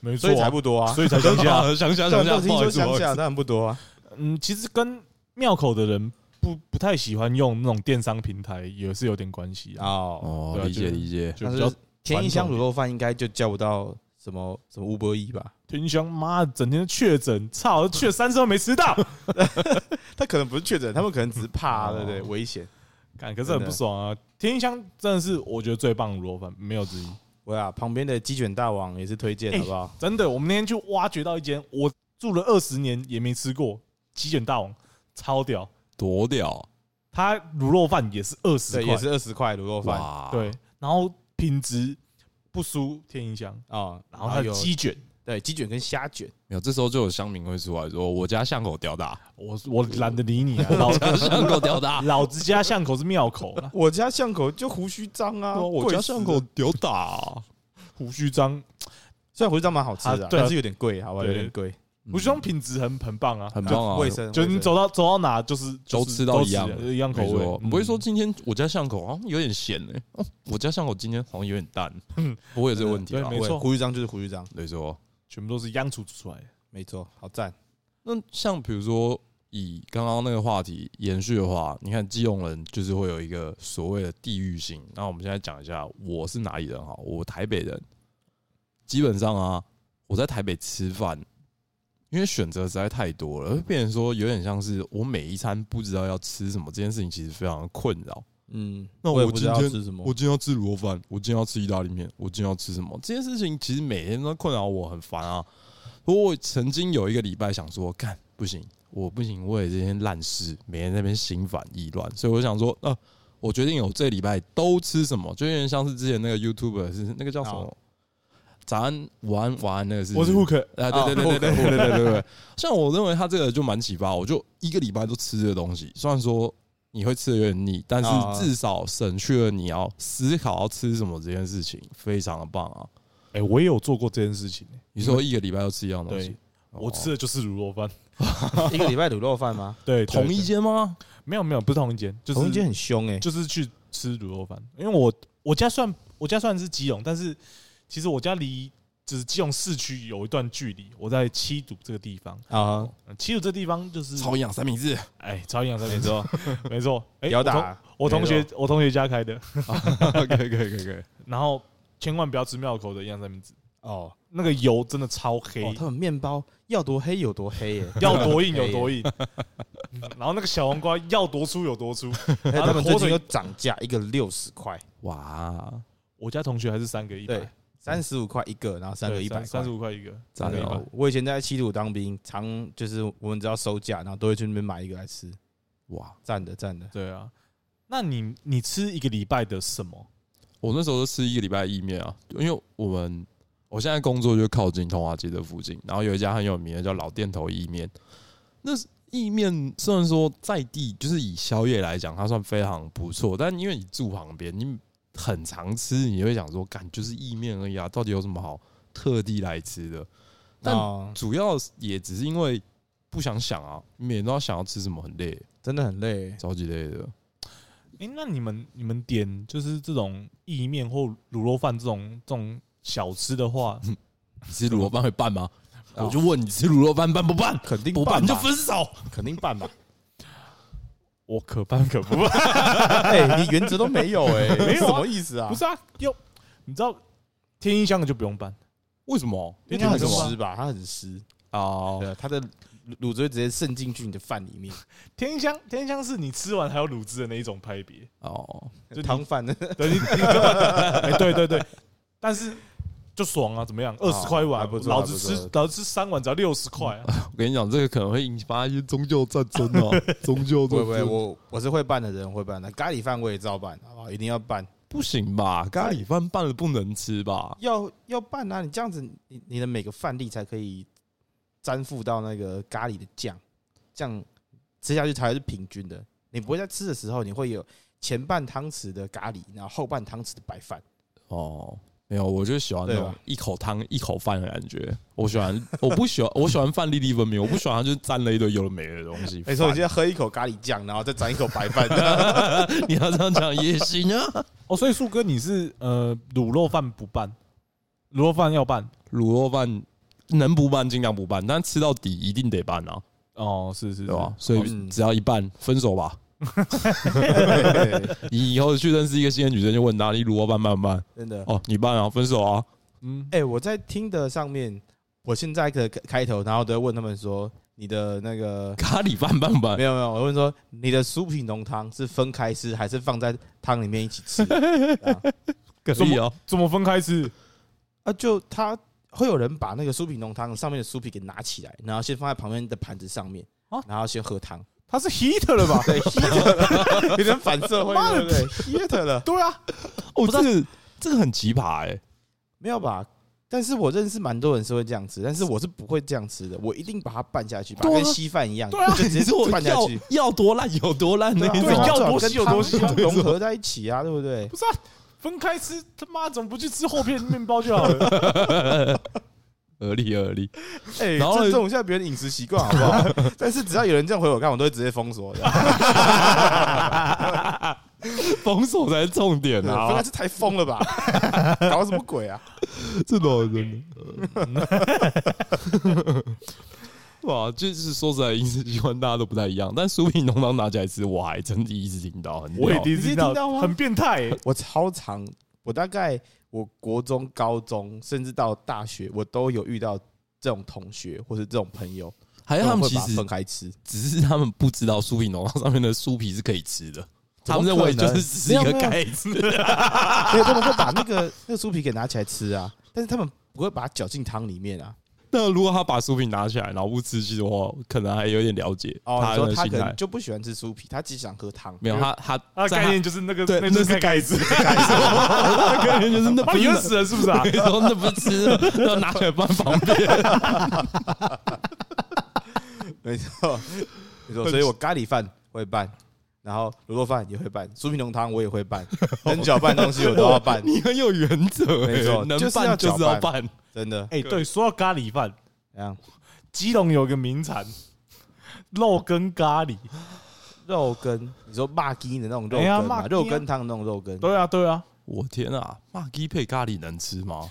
Speaker 3: 没错
Speaker 1: 所以才
Speaker 3: 啊、
Speaker 1: 不多啊。
Speaker 3: 所
Speaker 1: (laughs)
Speaker 3: 以才乡下。
Speaker 2: (laughs) 乡下
Speaker 1: 但
Speaker 2: 乡
Speaker 1: 啊都
Speaker 2: 下，
Speaker 1: 听
Speaker 2: 不好
Speaker 1: 说
Speaker 2: 意思，不
Speaker 1: 乡
Speaker 2: 好意
Speaker 1: 下
Speaker 2: 思
Speaker 1: 当然不多啊。
Speaker 3: 嗯，其实跟庙口的人不不太喜欢用那种电商平台，也是有点关系啊。
Speaker 1: 哦，
Speaker 2: 哦
Speaker 3: 对，啊
Speaker 2: 理解
Speaker 3: 就是
Speaker 2: 理解，
Speaker 3: 就
Speaker 1: 但
Speaker 3: 比较
Speaker 1: 是天一香卤肉饭应该就叫不到什么什么吴伯义吧？
Speaker 3: 天香，妈，整天确诊，操，去了三次都没吃 (laughs) 到，
Speaker 1: 他可能不是确诊，他们可能只是 (laughs) 怕，啊对不对？危险。
Speaker 3: 感可是很不爽啊！天香真的是我觉得最棒的卤肉饭，没有之一。
Speaker 1: 我呀，旁边的鸡卷大王也是推荐，
Speaker 3: 哎
Speaker 1: 好不好？
Speaker 3: 真的，我们那天去挖掘到一间，我住了二十年也没吃过鸡卷大王，超屌！
Speaker 2: 多屌
Speaker 3: 它卤肉饭也是啊二十
Speaker 1: 对，
Speaker 3: 块
Speaker 1: 也，是二十块卤肉饭
Speaker 2: 哇！
Speaker 3: 对，然后品质不输天一香，
Speaker 1: 哦，
Speaker 3: 然后它的
Speaker 1: 有
Speaker 3: 鸡卷，
Speaker 1: 对鸡卷跟虾卷，
Speaker 2: 没有，这时候就有乡民会出来说：“我家巷口吊大，
Speaker 3: 啊我 (laughs) 我懒得理你啊，老
Speaker 2: 我家巷口吊
Speaker 3: (laughs)
Speaker 2: 大，
Speaker 3: 老子家巷口是庙口啦，
Speaker 1: 我家巷口就胡须章啊，
Speaker 2: 对啊我
Speaker 1: 贵
Speaker 2: 家
Speaker 1: 死
Speaker 2: 巷口
Speaker 1: 了
Speaker 2: 吊大。
Speaker 3: 胡须章，
Speaker 1: 虽然胡须章蛮好吃的
Speaker 3: 啊
Speaker 1: 啊，
Speaker 3: 对啊
Speaker 1: 但是有点贵，好吧，
Speaker 3: 对
Speaker 1: 有点贵，”
Speaker 3: 胡须章品质很很棒啊，
Speaker 2: 很棒啊，
Speaker 1: 卫生，
Speaker 3: 就是你
Speaker 1: 卫生
Speaker 3: 走到走到哪就是
Speaker 2: 都
Speaker 3: 就是
Speaker 2: 吃到一样
Speaker 3: 都吃一样口
Speaker 2: 没
Speaker 3: 味
Speaker 2: 错，，
Speaker 3: 嗯
Speaker 2: 不会说今天我家巷口好像有点咸呢、哦，我家巷口今天好像有点淡，我有这个问题
Speaker 3: 嗯对
Speaker 2: 啊
Speaker 3: 没。错
Speaker 1: 胡须章就是胡须章，
Speaker 2: 没错，
Speaker 3: 全部都是央厨煮出来的。
Speaker 1: 没错，好赞。
Speaker 2: 那像比如说以刚刚那个话题延续的话，你看基隆人就是会有一个所谓的地域性。那我们现在讲一下我是哪里人哈，我台北人。基本上啊，我在台北吃饭，因为选择实在太多了，会变成说有点像是我每一餐不知道要吃什么这件事情，其实非常的困扰。
Speaker 1: 嗯，
Speaker 2: 那
Speaker 1: 我也
Speaker 2: 我
Speaker 1: 不知
Speaker 2: 今
Speaker 1: 道
Speaker 2: 天
Speaker 1: 吃什么
Speaker 2: 我，今天要吃卤肉饭，我今天要吃意大利面，我今天要吃什么？这件事情其实每天都困扰我，很烦啊。不过我曾经有一个礼拜想说，干不行，我不行，为了这些烂事，每天在那边心烦意乱，所以我想说，呃，我决定我这礼拜都吃什么，就有点像是之前那个 YouTuber 是那个叫什么
Speaker 1: 好
Speaker 2: “早安、午安、晚安”那个是，
Speaker 3: 我是 Hook，
Speaker 2: 啊，对对对对对对对对 (laughs) 对。像我认为他这个就蛮启发，我就一个礼拜都吃这个东西，虽然说你会吃的有点腻，但是
Speaker 1: 啊
Speaker 2: 至少省去了你要思考要吃什么这件事情，非常的棒啊！
Speaker 3: 哎，我也有做过这件事情欸。
Speaker 2: 你说一个礼拜都吃一样东西
Speaker 3: 对，，我吃
Speaker 2: 哦
Speaker 3: 的就是卤肉饭。
Speaker 1: (laughs) 一个礼拜卤肉饭吗？
Speaker 3: 对，对
Speaker 2: 同一
Speaker 3: 对
Speaker 2: 间吗？
Speaker 3: 没有没有，不是同一间，就是
Speaker 1: 同一间很凶哎，
Speaker 3: 就是去吃卤肉饭。因为我我家算我家算是基隆，但是其实我家离就是基隆市区有一段距离。我在七堵这个地方，
Speaker 1: 啊，
Speaker 3: 呃七堵这地方就是
Speaker 2: (laughs) 超营养三明治，
Speaker 3: 哎超营养餐，没错没错。哎，
Speaker 1: 屌
Speaker 3: 我同
Speaker 1: 打，
Speaker 3: 我同学我同学家开的，
Speaker 2: 可以可以可以可以。
Speaker 3: 然后千万不要吃庙口的营养三明治，
Speaker 1: 哦，
Speaker 3: 那个油真的超黑，
Speaker 1: 哦，他们面包要多黑有多 (laughs) 黑耶，
Speaker 3: (laughs) 要多硬有多硬。嗯然后那个小黄瓜要多粗有多粗，
Speaker 1: 而哎且他们
Speaker 3: 火
Speaker 1: 最
Speaker 3: 腿
Speaker 1: 近又涨价，一个六十块，
Speaker 2: 哇，
Speaker 3: 我家同学还是三个一百
Speaker 1: 对，三十五块一个，然后三个一百，
Speaker 3: 三十。五块一个，
Speaker 2: 赞
Speaker 3: 对吧
Speaker 2: 哦！
Speaker 1: 我以前在七度当兵，常就是我们只要收假，然后都会去那边买一个来吃，
Speaker 2: 哇，
Speaker 1: 赞的赞的。
Speaker 3: 对啊，那你你吃一个礼拜的什么？
Speaker 2: 我那时候就吃一个礼拜的意面啊，因为我们我现在工作就靠近通化街的附近，然后有一家很有名的叫老店头意面。那是意面虽然说在地就是以宵夜来讲，它算非常不错，但因为你住旁边，你很常吃，你会想说，干就是意面而已啊，到底有什么好特地来吃的？但
Speaker 1: 哦
Speaker 2: 主要也只是因为不想想啊，每天都要想要吃什么，很累，
Speaker 1: 真的很累耶，
Speaker 2: 超级累的。
Speaker 3: 诶，那你们你们点就是这种意面或卤肉饭这种这种小吃
Speaker 1: (laughs)
Speaker 3: 的话，
Speaker 2: 你吃卤肉饭会拌吗？
Speaker 1: 哦
Speaker 2: 我就问你吃卤肉饭拌不拌？
Speaker 1: 肯定
Speaker 2: 不
Speaker 1: 办
Speaker 2: 拌就
Speaker 1: 吧，
Speaker 2: 分手。
Speaker 1: 肯定办吧。
Speaker 3: 我可办可不办。
Speaker 1: (laughs) 哎，你原则都没有哎，
Speaker 3: (laughs) 没有啊
Speaker 1: 什么意思啊？
Speaker 3: 不是啊，又你知道天一香的就不用办，
Speaker 2: 为什么？
Speaker 1: 因为它
Speaker 3: 为
Speaker 1: 很
Speaker 3: 什么
Speaker 1: 湿吧，它很湿，
Speaker 2: 哦，
Speaker 1: 对，啊它的卤汁会直接渗进去你的饭 (laughs) 里面，
Speaker 3: 天一香天一香是你吃完还有卤汁的那一种派别，
Speaker 2: 哦，
Speaker 3: 就你
Speaker 1: 汤饭的
Speaker 3: 对你你根本 (laughs) 哎对对对，但是。就爽啊，怎么样？二十块一
Speaker 1: 还
Speaker 3: 碗
Speaker 1: 不，错
Speaker 3: 老
Speaker 1: 还
Speaker 3: 子
Speaker 1: 不
Speaker 3: 吃
Speaker 1: 错
Speaker 3: 老子吃三碗只要六十块啊！
Speaker 2: 我跟你讲，这个可能会引发一些宗教战争 (laughs) 啊，宗教
Speaker 1: 不
Speaker 2: 战
Speaker 1: 会不会，
Speaker 2: 争
Speaker 1: 我我是会办的人，会办的。咖喱饭我也照办，好不好？一定要办，
Speaker 2: 不行吧？咖喱饭拌了不能吃吧？
Speaker 1: 要要办啊！你这样子，你你的每个饭粒才可以粘附到那个咖喱的酱，这样吃下去才是平均的。你不会在吃的时候，你会有前半汤匙的咖喱，然后后半汤匙的白饭。
Speaker 2: 哦，啊没有，我就喜欢那
Speaker 1: 对
Speaker 2: 种
Speaker 1: 吧
Speaker 2: 一口汤一口饭的感觉。我喜欢， (laughs) 我不喜欢，我喜欢饭粒粒分明，我不喜欢它就是沾了一堆有的没的东西。
Speaker 1: 没错，你
Speaker 2: 饭
Speaker 1: 现在喝一口咖喱酱，然后再沾一口白饭，
Speaker 2: (laughs) 你要这样讲也行啊。
Speaker 3: (laughs) 哦，所以树哥你是呃卤肉饭不拌，卤肉饭要拌
Speaker 2: 卤肉饭能不拌尽量不拌，但吃到底一定得拌啊，
Speaker 3: 哦，是
Speaker 2: 对
Speaker 3: 是是
Speaker 2: 吧？所以
Speaker 1: 嗯
Speaker 2: 只要一拌，分手吧。你以后去认识一个新的女生，就问她你卤肉饭拌不拌？
Speaker 1: (laughs) 真的。
Speaker 2: 哦，你拌啊，分手啊。
Speaker 3: 嗯，
Speaker 1: 哎、我在听的上面，我现在的开头，然后都会问他们说，你的那个
Speaker 2: 咖喱拌拌不拌
Speaker 1: 没？有没有，我问说你的酥皮浓汤是分开吃还是放在汤里面一起吃？ (laughs)
Speaker 2: 可以啊，
Speaker 3: 怎么分开吃？
Speaker 1: 啊，就他会有人把那个酥皮浓汤上面的酥皮给拿起来，然后先放在旁边的盘子上面
Speaker 2: 哦
Speaker 3: 啊，
Speaker 1: 然后先喝汤。
Speaker 3: 他是 heat 了吧？
Speaker 2: (laughs)
Speaker 1: 对，heat 了有点反社会，
Speaker 3: 妈
Speaker 1: 对不
Speaker 3: 的
Speaker 1: 对？heat 了，
Speaker 3: 对啊，
Speaker 2: 哦，
Speaker 1: 不知道
Speaker 2: 这个这个很奇葩哎。
Speaker 1: 没有吧？但是我认识蛮多人是会这样吃，但是我是不会这样吃的，我一定把它拌下去，把它
Speaker 2: 对啊
Speaker 1: 跟稀饭一样，
Speaker 2: 对啊，
Speaker 1: 就直
Speaker 2: 你
Speaker 1: 接
Speaker 2: 说
Speaker 1: 拌下
Speaker 2: 要
Speaker 1: 去，
Speaker 2: 要多烂有多烂那
Speaker 1: 啊
Speaker 2: 种，
Speaker 3: 对啊要
Speaker 1: 至少
Speaker 3: 多
Speaker 1: 跟
Speaker 3: 稀有
Speaker 1: 汤
Speaker 3: 多稀
Speaker 1: 要
Speaker 2: 对
Speaker 1: 融
Speaker 2: 是吧
Speaker 1: 合在一起啊，对不对？
Speaker 3: 不是啊，分开吃，他妈怎么不去吃厚片面包就好了？
Speaker 2: 合理合理。
Speaker 1: (laughs) 哎，
Speaker 2: 然后呢
Speaker 1: 尊重一下别人饮食习惯好不 (laughs) 好？但是只要有人这样回我看，我都会直接封锁 (laughs) 的。
Speaker 2: 封锁才是重点
Speaker 1: 对分开
Speaker 2: 啊！
Speaker 1: 是太疯了吧？ (laughs) 搞什么鬼啊？
Speaker 2: 这种人， (laughs) 哇，就是说实在，饮食习惯大家都不太一样。但酥皮浓汤拿起来吃，我还真第一次听到，很屌
Speaker 3: (laughs) 我也第一
Speaker 1: 你
Speaker 3: 次
Speaker 1: 直接听到吗
Speaker 3: 很变态欸。
Speaker 1: 我超常，我大概我国中、高中，甚至到大学，我都有遇到这种同学或是这种朋友，
Speaker 2: 还是哎他们
Speaker 1: 会
Speaker 2: 其
Speaker 1: 把它
Speaker 2: 实
Speaker 1: 分开吃。
Speaker 2: 只是他们不知道酥皮浓汤上面的酥皮是可以吃的，
Speaker 1: 怎
Speaker 2: 他
Speaker 1: 么
Speaker 2: 们
Speaker 1: 可能
Speaker 2: 认为就是只是一
Speaker 1: 没
Speaker 2: 个
Speaker 1: 有没有
Speaker 2: 盖子。
Speaker 1: (laughs) 所以他们会把那个那个酥皮给拿起来吃啊，但是他们不会把它搅进汤里面啊。
Speaker 2: 那如果他把酥皮拿起来然后不吃，其实我可能还有点了解
Speaker 1: 哦，
Speaker 2: 他
Speaker 1: 你说
Speaker 2: 的
Speaker 1: 他
Speaker 2: 心
Speaker 1: 可能
Speaker 2: 态。
Speaker 1: 就不喜欢吃酥皮，他只想喝汤。
Speaker 2: 没有他，他
Speaker 3: 他的
Speaker 2: 在
Speaker 3: 啊概念就是那个，
Speaker 2: 对
Speaker 3: 就
Speaker 2: 那
Speaker 3: 是
Speaker 2: 是
Speaker 3: 盖子，
Speaker 2: 他概念就是那
Speaker 3: 把
Speaker 2: 不
Speaker 3: 你
Speaker 2: 是
Speaker 3: 饿死了是不 (laughs) (laughs) 是啊
Speaker 2: 你？说那不吃，要拿起来放旁边。
Speaker 1: (laughs) 没错，没错，所以我咖喱饭会拌，然后卤肉饭也会拌，酥皮浓汤我也会拌，能搅拌的东西 (laughs) 我都要拌，
Speaker 2: (laughs) 你很有原则、欸，
Speaker 1: 没错
Speaker 2: 能
Speaker 1: 就是
Speaker 2: 办
Speaker 1: 要
Speaker 2: 就是要
Speaker 1: 搅拌
Speaker 2: 办。
Speaker 1: 真的。
Speaker 3: 哎，对，说到咖喱饭，
Speaker 1: 这样
Speaker 3: 基隆有个名产，肉羹咖喱。
Speaker 1: 肉羹，你说骂鸡的那种肉
Speaker 3: 哎呀
Speaker 1: 羹
Speaker 3: 肉羹
Speaker 1: 嘛，
Speaker 3: 啊
Speaker 1: 肉羹汤那种肉羹，
Speaker 3: 对啊，对啊。
Speaker 2: 我天啊，骂鸡配咖喱能吃吗？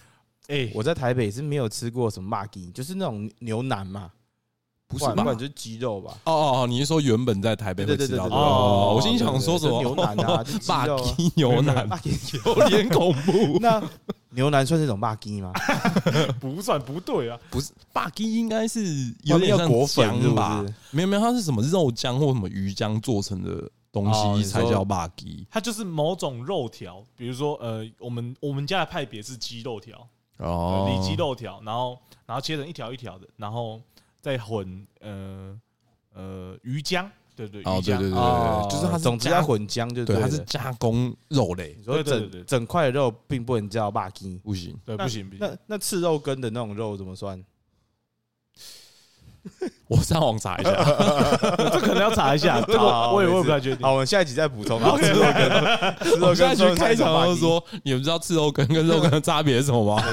Speaker 3: 哎，
Speaker 1: 我在台北是没有吃过什么骂鸡，就是那种牛腩嘛，
Speaker 2: 不
Speaker 1: 不
Speaker 2: 是
Speaker 1: 然
Speaker 2: 吧
Speaker 1: 不？然就是鸡肉吧。
Speaker 2: 哦哦哦，你是说原本在台北会
Speaker 1: 对
Speaker 2: 吃到
Speaker 1: 对对对
Speaker 2: 的？
Speaker 1: 对
Speaker 2: 哦，我心
Speaker 1: 对对
Speaker 2: 想
Speaker 1: 对
Speaker 2: 说什
Speaker 1: 就
Speaker 2: 么
Speaker 1: 牛腩
Speaker 2: (laughs)
Speaker 1: 啊就鸡
Speaker 2: 骂
Speaker 1: 肉啊
Speaker 2: 鸡牛腩，
Speaker 1: 骂鸡，
Speaker 2: 有点恐 (laughs)
Speaker 1: (laughs)
Speaker 2: 怖。
Speaker 1: 那牛腩算是一种骂鸡吗？
Speaker 3: 不算不对啊，
Speaker 2: 不是骂鸡，应该是有点像
Speaker 1: 外面有裹粉
Speaker 2: 姜吧
Speaker 1: 是不是？
Speaker 2: 没有没有，它是什么肉浆或什么鱼浆做成的东
Speaker 1: 哦
Speaker 2: 西
Speaker 1: 你说
Speaker 2: 才叫骂鸡
Speaker 3: 它就是某种肉条，比如说呃，我们我们家的派别是鸡肉条，呃
Speaker 2: 哦
Speaker 3: 里脊肉条，然后然后切成一条一条的，然后再混呃呃鱼浆，对对鱼
Speaker 2: 哦，对对对对
Speaker 3: 浆，
Speaker 1: 哦
Speaker 2: 对，就是它是
Speaker 1: 总之
Speaker 2: 加
Speaker 1: 要混浆就
Speaker 2: 对，
Speaker 1: 了
Speaker 2: 它是加工肉类
Speaker 1: 你，说
Speaker 3: 对对对对
Speaker 1: 整整块肉并不能叫骂鸡，
Speaker 2: 不行。
Speaker 3: 对
Speaker 1: 那
Speaker 3: 不行不
Speaker 1: 那
Speaker 3: 行，
Speaker 1: 那吃肉羹的那种肉怎么算？
Speaker 2: 我上网查一 (laughs) 下，
Speaker 3: 这可能要查一 (laughs) 下，这个
Speaker 1: 好
Speaker 3: 我也
Speaker 1: 没事
Speaker 3: 我也不太确定。
Speaker 1: 好，我们下一集再补充。然后吃肉羹，吃肉
Speaker 2: 我
Speaker 1: 羹
Speaker 2: 现在
Speaker 1: 算
Speaker 2: 去
Speaker 1: 不算
Speaker 2: 开
Speaker 1: 一种
Speaker 2: 场
Speaker 1: 骂
Speaker 2: 就
Speaker 1: 鸡
Speaker 2: 说，你们知道赤肉羹跟肉羹的差别是什么 (laughs) 吗？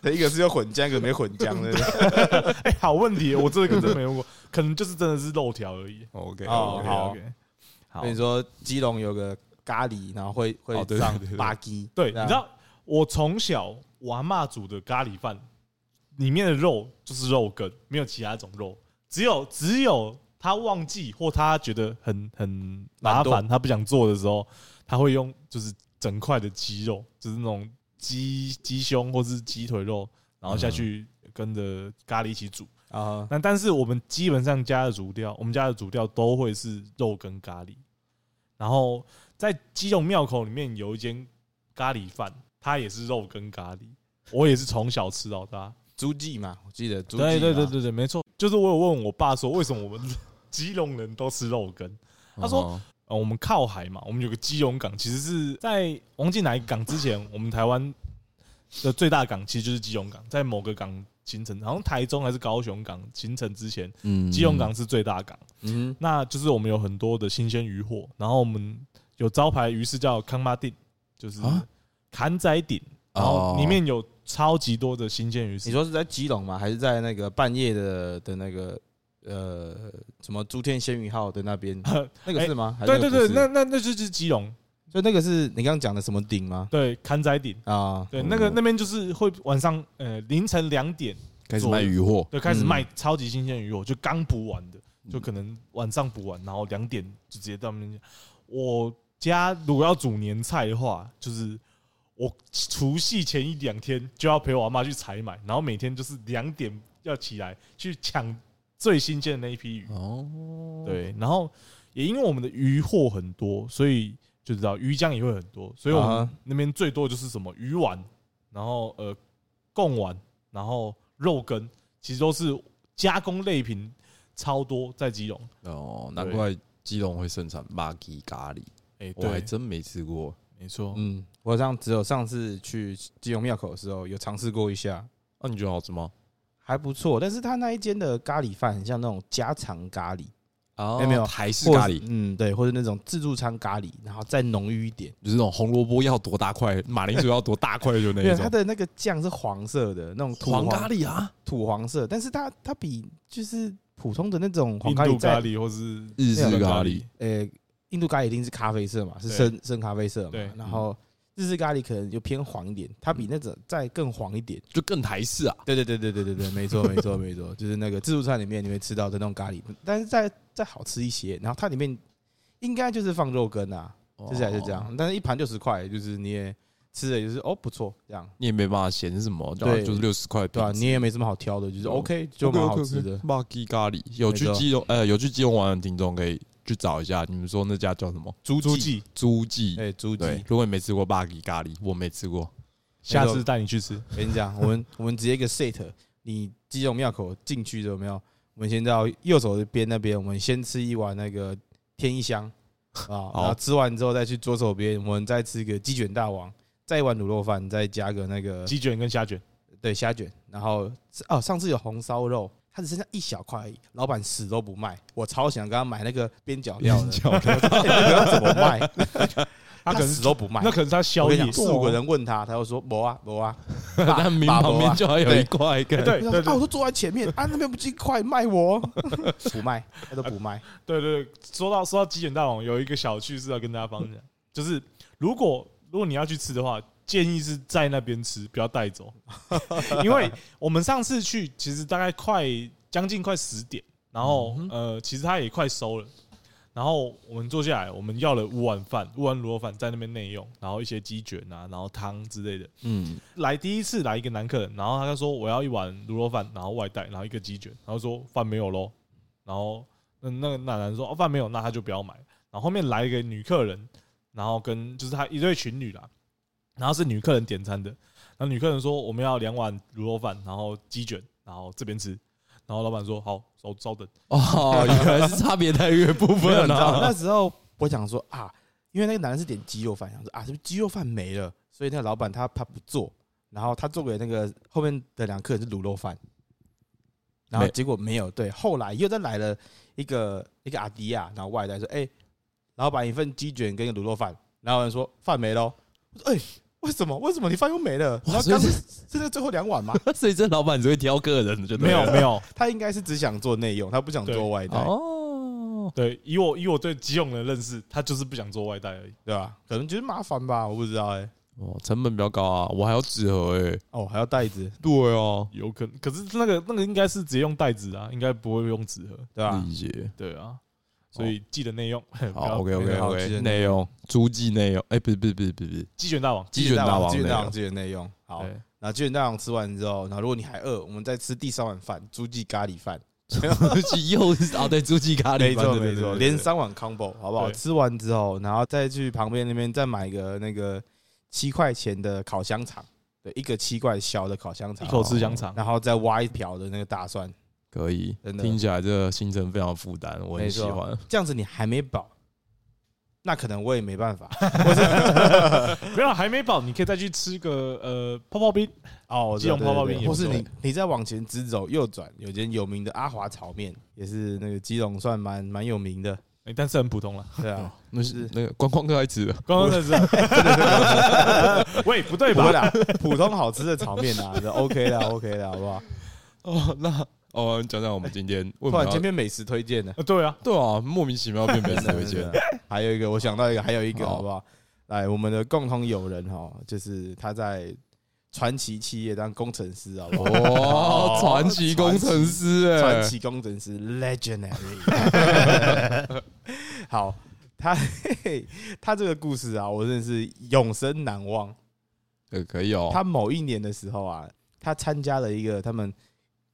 Speaker 1: 对一个是有混浆，一个没混浆
Speaker 2: (laughs)
Speaker 1: 的。
Speaker 3: 哎，好问题，我这个真没问过，可能就是真的是肉条而已。
Speaker 2: OK，
Speaker 1: 哦
Speaker 3: OK，
Speaker 1: 好
Speaker 3: OK 好
Speaker 1: 所，以说基隆有个咖喱，然后会会
Speaker 2: 哦对
Speaker 1: 上
Speaker 2: 对对对
Speaker 1: 巴基，
Speaker 3: 对，
Speaker 1: 这
Speaker 3: 你
Speaker 1: 样
Speaker 3: 知道我从小我阿妈煮的咖喱饭，里面的肉就是肉羹，没有其他种肉，只有只有他忘记或他觉得很很麻
Speaker 1: 懒惰
Speaker 3: 烦，他不想做的时候，他会用就是整块的鸡肉，就是那种鸡鸡胸或是鸡腿肉，
Speaker 1: 嗯
Speaker 3: 然后下去跟着咖喱一起煮。
Speaker 1: 啊？
Speaker 3: 那但是我们基本上家的主调，我们家的主调都会是肉跟咖喱。然后在基隆庙口里面有一间咖喱饭，它也是肉跟咖喱。我也是从小吃到大。
Speaker 1: 诸暨嘛，我记得诸暨嘛
Speaker 3: 对对对对对，没错。就是我有问我爸说，为什么我们 (laughs) 基隆人都吃肉羹？他说呃，我们靠海嘛，我们有个基隆港，其实是在忘记哪一个港之前，我们台湾的最大港其实就是基隆港，在某个港形成，好像台中还是高雄港形成之前，
Speaker 2: 嗯
Speaker 3: 基隆港是最大港，
Speaker 1: 嗯
Speaker 3: 那就是我们有很多的新鲜渔获，然后我们有招牌鱼是叫康马定，就是
Speaker 2: 啊
Speaker 3: 坎仔鼎，然后里面有超级多的新鲜鱼丝。
Speaker 1: 你说是在基隆吗？还是在那个半夜的的那个呃什么诸天鲜鱼号的那
Speaker 3: (laughs)
Speaker 1: 边？那个是吗？还是
Speaker 3: 对
Speaker 1: 那
Speaker 3: 哎对
Speaker 1: 个不
Speaker 3: 对，
Speaker 1: 是
Speaker 3: 那那那就是基隆，
Speaker 1: 所以那个是你刚刚讲的什么顶吗？
Speaker 3: 对坎仔鼎，
Speaker 1: 啊，
Speaker 3: 对那个
Speaker 2: 嗯
Speaker 3: 那边就是会晚上呃凌晨两点
Speaker 2: 开始卖鱼货，
Speaker 3: 就开始
Speaker 1: 嗯
Speaker 3: 卖超级新鲜鱼货，就刚捕完的，就
Speaker 2: 嗯
Speaker 3: 可能晚上捕完，然后两点就直接到那边。我家如果要煮年菜的话，就是我除夕前一两天就要陪我阿妈去采买，然后每天就是两点要起来去抢最新鲜的那一批鱼。
Speaker 2: 哦，
Speaker 3: 对，然后也因为我们的鱼货很多，所以就知道鱼浆也会很多，所以我
Speaker 1: 啊
Speaker 3: 们
Speaker 1: 哈
Speaker 3: 那边最多就是什么鱼丸，然后呃贡丸，然后肉羹，其实都是加工类品超多在基隆。
Speaker 2: 哦，难怪基隆会盛产马吉咖喱，
Speaker 3: 哎、
Speaker 2: 我还
Speaker 3: 对，
Speaker 2: 真没吃过。
Speaker 3: 没错，
Speaker 1: 嗯，我好像只有上次去基隆庙口的时候有尝试过一下，
Speaker 2: 那你觉得好吃吗？
Speaker 1: 还不错。但是他那一间的咖喱饭很像那种家常咖喱，
Speaker 2: 啊
Speaker 1: 没有没有
Speaker 2: 台式咖
Speaker 1: 或
Speaker 2: 喱
Speaker 1: 是，嗯，对，或者那种自助餐咖喱，然后再浓郁一点。
Speaker 2: 就是那种红萝卜要多大块，马铃薯要多大块，就那
Speaker 1: 没有，
Speaker 2: 一
Speaker 1: 它
Speaker 2: 种。
Speaker 1: 的那个酱是黄色的，那种土
Speaker 2: 黄咖喱啊，
Speaker 1: 土黄色，但是它它比就是普通的那种黄
Speaker 3: 印
Speaker 1: 咖喱
Speaker 3: 度
Speaker 1: 在
Speaker 3: 咖，喱或是
Speaker 2: 日式
Speaker 3: 日本
Speaker 2: 咖喱，，
Speaker 1: 呃，印度咖喱一定是咖啡色嘛，是
Speaker 3: 对
Speaker 1: 深深咖啡色嘛
Speaker 3: 对，
Speaker 1: 然后日式咖喱可能就偏黄一点，它比那种再更黄一点。
Speaker 2: 就更台式啊。
Speaker 1: 对对对对对对对，没 (laughs) 错没错没错，就是那个自助餐里面你会吃到的那种咖喱，但是再再好吃一些，然后它里面应该就是放肉羹啊，就是还是这
Speaker 2: 哦，
Speaker 1: 样，但是一盘六十块，就是你也吃的就是哦不错这样。
Speaker 2: 你也没办法嫌什么，对
Speaker 1: 对
Speaker 2: 就是六十块，
Speaker 1: 对吧、你也没什么好挑的，就是
Speaker 2: 嗯
Speaker 1: OK，就蛮好吃的。
Speaker 2: 马吉咖喱有去
Speaker 1: 没错
Speaker 2: 基隆，呃，有去基隆玩的听众可以去找一下。你们说那家叫什么？
Speaker 3: 猪
Speaker 2: 猪
Speaker 3: 记，
Speaker 2: 朱记。
Speaker 1: 哎，猪鸡，
Speaker 2: 对，如果你没吃过马吉咖喱，我没吃过。
Speaker 3: 下
Speaker 1: 没
Speaker 3: 次
Speaker 1: 错嗯
Speaker 3: 带你去吃。
Speaker 1: 我跟你讲，我们我们直接一个 set，你基隆庙口进去的有没有？我们先到右手的边那边，我们先吃一碗那个天一香啊，然后吃完之后再去左手边，我们再吃一个鸡卷大王，再一碗卤肉饭，再加个那个
Speaker 3: 鸡卷跟虾卷，
Speaker 1: 对虾卷，然后哦，上次有红烧肉，它只剩下一小块而已，老板死都不卖，我超想跟他买那个边角料的， (laughs)
Speaker 2: 叫
Speaker 1: 我说哎你们要怎么
Speaker 3: (laughs)
Speaker 1: 卖？
Speaker 3: 他可能
Speaker 1: 死都不卖，
Speaker 3: 那可能是他
Speaker 1: 我
Speaker 3: 宵
Speaker 1: 跟
Speaker 3: 夜
Speaker 1: 你讲，四五
Speaker 3: 啊
Speaker 1: 个人问他，他就说没啊没啊，
Speaker 2: (laughs) 但明旁边就还有一
Speaker 1: 对
Speaker 2: 块一个，
Speaker 3: 对
Speaker 1: 我想说啊，我说坐在前面啊，那边不是一块卖我， (laughs) 不卖，他都不卖，
Speaker 3: (laughs) 对对，对说到说到鸡卷大王，有一个小趣事要跟大家分享， (laughs) 就是如果如果你要去吃的话，建议是在那边吃，不要带走， (laughs) 因为我们上次去其实大概快将近快十点，然后、呃，其实它也快收了。然后我们坐下来，我们要了五碗饭，五碗卤肉饭在那边内用，然后一些鸡卷啊，然后汤之类的。
Speaker 2: 嗯，
Speaker 3: 来第一次来一个男客人，然后他就说我要一碗卤肉饭，然后外带，然后一个鸡卷，然后说饭没有喽，然后那那个那男人说哦饭没有，那他就不要买。然后后面来一个女客人，然后跟就是他一对情侣啦，然后是女客人点餐的，然后女客人说我们要两碗卤肉饭，然后鸡卷，然后这边吃，然后老板说好稍稍等，
Speaker 2: 哦，原来是差别待遇的部
Speaker 1: 没有，你
Speaker 2: 分
Speaker 1: 知道那
Speaker 2: 啊。
Speaker 1: 时候我想说啊，因为那个男人是点鸡肉饭，想说啊，是不是鸡肉饭没了？所以那个老板他他不做，然后他做给那个后面的两客人是卤肉饭，然后
Speaker 2: 没
Speaker 1: 结果没有，对，后来又再来了一个一个阿迪亚，然后外带说，哎、老板一份鸡卷跟一个卤肉饭，然后有人说饭没喽，我说哎、为什么？为什么你饭又没了？
Speaker 2: 哇
Speaker 1: 然后
Speaker 2: 所以
Speaker 1: 刚
Speaker 2: 是
Speaker 1: 是是那最后两碗吗？ (laughs)
Speaker 2: (laughs) 所以这老板只会挑个人，就对
Speaker 3: 没有 (laughs)
Speaker 2: 了
Speaker 3: 没有，
Speaker 1: 他应该是只想做内用，他不想
Speaker 3: 对
Speaker 1: 做外带，
Speaker 2: 哦，
Speaker 3: 对，以我以我对吉永的认识，他就是不想做外带而已。
Speaker 1: 对吧？可能觉得麻烦吧，我不知道哎、
Speaker 2: 哦，成本比较高啊，我还要纸盒哎。
Speaker 1: 哦，还要袋子，
Speaker 2: 对啊，
Speaker 3: 有可能，可是那个那个应该是直接用袋子啊，应该不会用纸盒。
Speaker 1: 对吧、
Speaker 2: 理解。
Speaker 3: 对啊，所以记得内用。 (laughs) 不要
Speaker 2: 好，OK OK
Speaker 1: 哦好记
Speaker 2: OK，
Speaker 1: 得
Speaker 2: 内容诸暨内容，哎，不是不是不是不是不是，
Speaker 3: 鸡卷大王，
Speaker 2: 鸡卷大王
Speaker 1: 鸡卷
Speaker 2: 内
Speaker 1: 大
Speaker 2: 容
Speaker 1: 王，鸡卷内用。好，
Speaker 3: 对
Speaker 1: 然后鸡卷大王吃完之后，然后如果你还饿，我们再吃第三碗饭，猪记咖喱饭。
Speaker 2: 猪
Speaker 1: (laughs)
Speaker 2: 记又是啊，对，猪记咖喱
Speaker 1: 没
Speaker 2: 饭，
Speaker 1: 错
Speaker 2: 对
Speaker 1: 没
Speaker 2: 对
Speaker 1: 错，
Speaker 2: 对对
Speaker 1: 连三碗 combo 好不好？
Speaker 3: 对
Speaker 1: 吃完之后，然后再去旁边那边再买个那个七块钱的烤香肠，对，一个七块小的烤香肠，
Speaker 3: 一口吃香肠。
Speaker 1: 然后再挖一瓢的那个大蒜，
Speaker 2: 可以
Speaker 1: 真，的
Speaker 2: 听起来这个行程非常负担，我很
Speaker 1: 没
Speaker 2: 喜
Speaker 1: 错
Speaker 2: 欢。
Speaker 1: 这样子你还没饱，那可能我也没办
Speaker 2: (laughs)
Speaker 1: 法
Speaker 3: 没有还没饱，你可以再去吃个呃泡泡冰。
Speaker 1: 哦。
Speaker 3: 鸡肉
Speaker 1: 对对
Speaker 3: 泡泡
Speaker 1: 对
Speaker 3: 面也
Speaker 1: 或
Speaker 3: 不
Speaker 1: 是
Speaker 3: 错
Speaker 1: 你你再往前直走右转，有间有名的阿华炒面，也是那个基隆算蛮蛮有名的。
Speaker 3: 哎但是很普通了。
Speaker 1: 对啊，
Speaker 2: 那
Speaker 1: 是
Speaker 2: 是那个观光客爱吃的，
Speaker 3: 刚刚那是啊， (laughs) 喂，不对
Speaker 1: 不会
Speaker 3: 吧？
Speaker 1: 啦，普通好吃的炒面啊， (laughs) 这 OK 的 OK 的，好不好？
Speaker 2: 哦，那哦，你讲讲我们今天为
Speaker 1: 突
Speaker 2: 什么
Speaker 1: 然
Speaker 2: 要
Speaker 1: 间变美食推荐呢？
Speaker 3: 呃对啊，
Speaker 2: 对啊，莫名其妙变美食推
Speaker 1: (laughs) 真
Speaker 2: 荐
Speaker 1: 的，还有一个，我想到一个，还有一个，
Speaker 2: 好
Speaker 1: 好不好？来，我们的共同友人哈，就是他在传奇企业当工程师，好不好？ (laughs)
Speaker 2: 哦，传奇工程师哎，
Speaker 1: 传奇工程师
Speaker 2: (laughs)
Speaker 1: Legendary。好，他他这个故事啊，我真的是永生难忘。
Speaker 2: 呃可以哦，
Speaker 1: 他某一年的时候啊，他参加了一个他们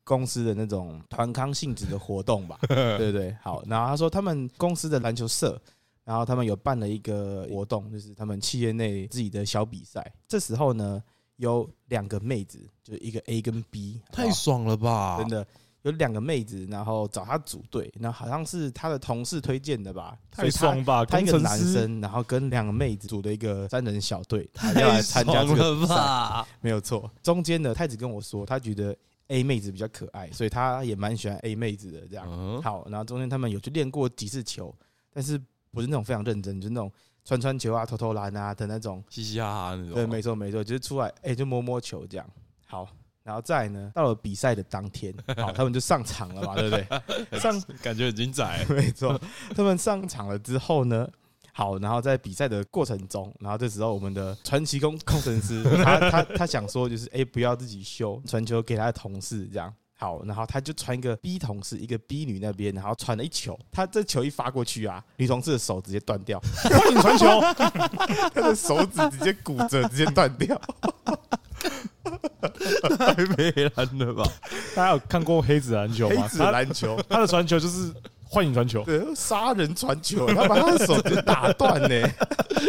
Speaker 1: 公司的那种团康性质的活动
Speaker 3: (laughs)
Speaker 1: 吧，对不对？好，然后他说他们公司的篮球社，然后他们有办了一个活动，就是他们企业内自己的小比赛。这时候呢，有两个妹子，就是一个 A 跟 B，好不好
Speaker 2: 太爽了吧
Speaker 1: 真，的。有两个妹子，然后找他组队，然后好像是他的同事推荐的吧，所
Speaker 3: 太
Speaker 1: 以他
Speaker 3: 爽吧！
Speaker 1: 他一
Speaker 3: 工
Speaker 1: 个
Speaker 3: 程
Speaker 1: 男
Speaker 3: 师，
Speaker 1: 生，然后跟两个妹子组的一个三人小队，要来参加这个
Speaker 2: 了吧？
Speaker 1: 没有错。中间呢，太子跟我说，他觉得 A 妹子比较可爱，所以他也蛮喜欢 A 妹子的这样。
Speaker 2: 嗯，
Speaker 1: 好，然后中间他们有去练过几次球，但是不是那种非常认真，就是那种传传球啊、投投篮啊的那种。
Speaker 2: 嘻嘻哈哈那种，
Speaker 1: 对，没错没错，就是出来哎、就摸摸球这样。好，然后再来呢，到了比赛的当天，好，他们就上场了嘛，对不对？上。
Speaker 2: 感觉很精彩
Speaker 1: 没错，他们上场了之后呢，好，然后在比赛的过程中，然后这时候我们的传奇工工程 (laughs) 师，他他他想说就是，哎、不要自己修，传球给他的同事这样。好，然后他就传一个 B 同事，一个 B 女那边，然后传了一球，他这球一发过去啊，女同事的手直接断 (laughs) 掉，
Speaker 3: 欢迎传球，
Speaker 1: 他的手指直接骨折，直接断掉。
Speaker 2: 太悲惨了吧？
Speaker 3: 大家有看过黑子篮球
Speaker 1: (laughs) (laughs) 黑
Speaker 3: 吗？
Speaker 1: 子
Speaker 3: 他
Speaker 1: 篮球，
Speaker 3: 他的传球就是幻影传球，
Speaker 1: 对，杀人传球，他把他的手指打断呢、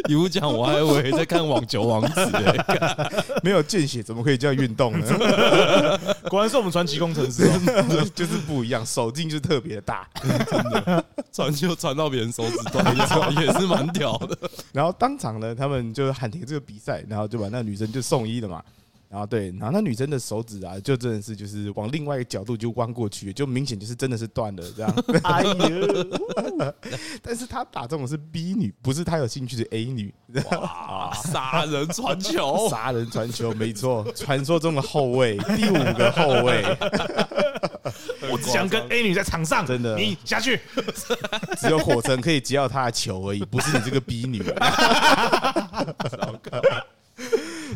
Speaker 2: 你不讲，我还以为在看网球王子欸
Speaker 1: 没有见血怎么可以叫运动呢？
Speaker 3: 果然是我们传奇
Speaker 1: (laughs)
Speaker 3: 工程师哦。
Speaker 1: 就是不一样，手劲就特别的大。 (laughs)
Speaker 2: 传就传到别人手指断掉，也是蛮屌的。
Speaker 1: 然后当场呢，他们就喊停这个比赛，然后就把那女生就送医了嘛。然后对，然后那女生的手指啊，就真的是就是往另外一个角度就弯过去，就明显就是真的是断了这样。 (laughs)
Speaker 3: 哎呦，
Speaker 1: 但是他打中的是 B 女，不是他有兴趣的 A 女，
Speaker 2: 哇，杀人传球，
Speaker 1: 杀人传球，没错，传说中的后卫，第五个后卫，
Speaker 3: (laughs) 我只想跟 A 女在场上，
Speaker 1: 真的
Speaker 3: 你下去。
Speaker 1: 只有火神可以接到他的球而已，不是你这个 B 女。 (laughs)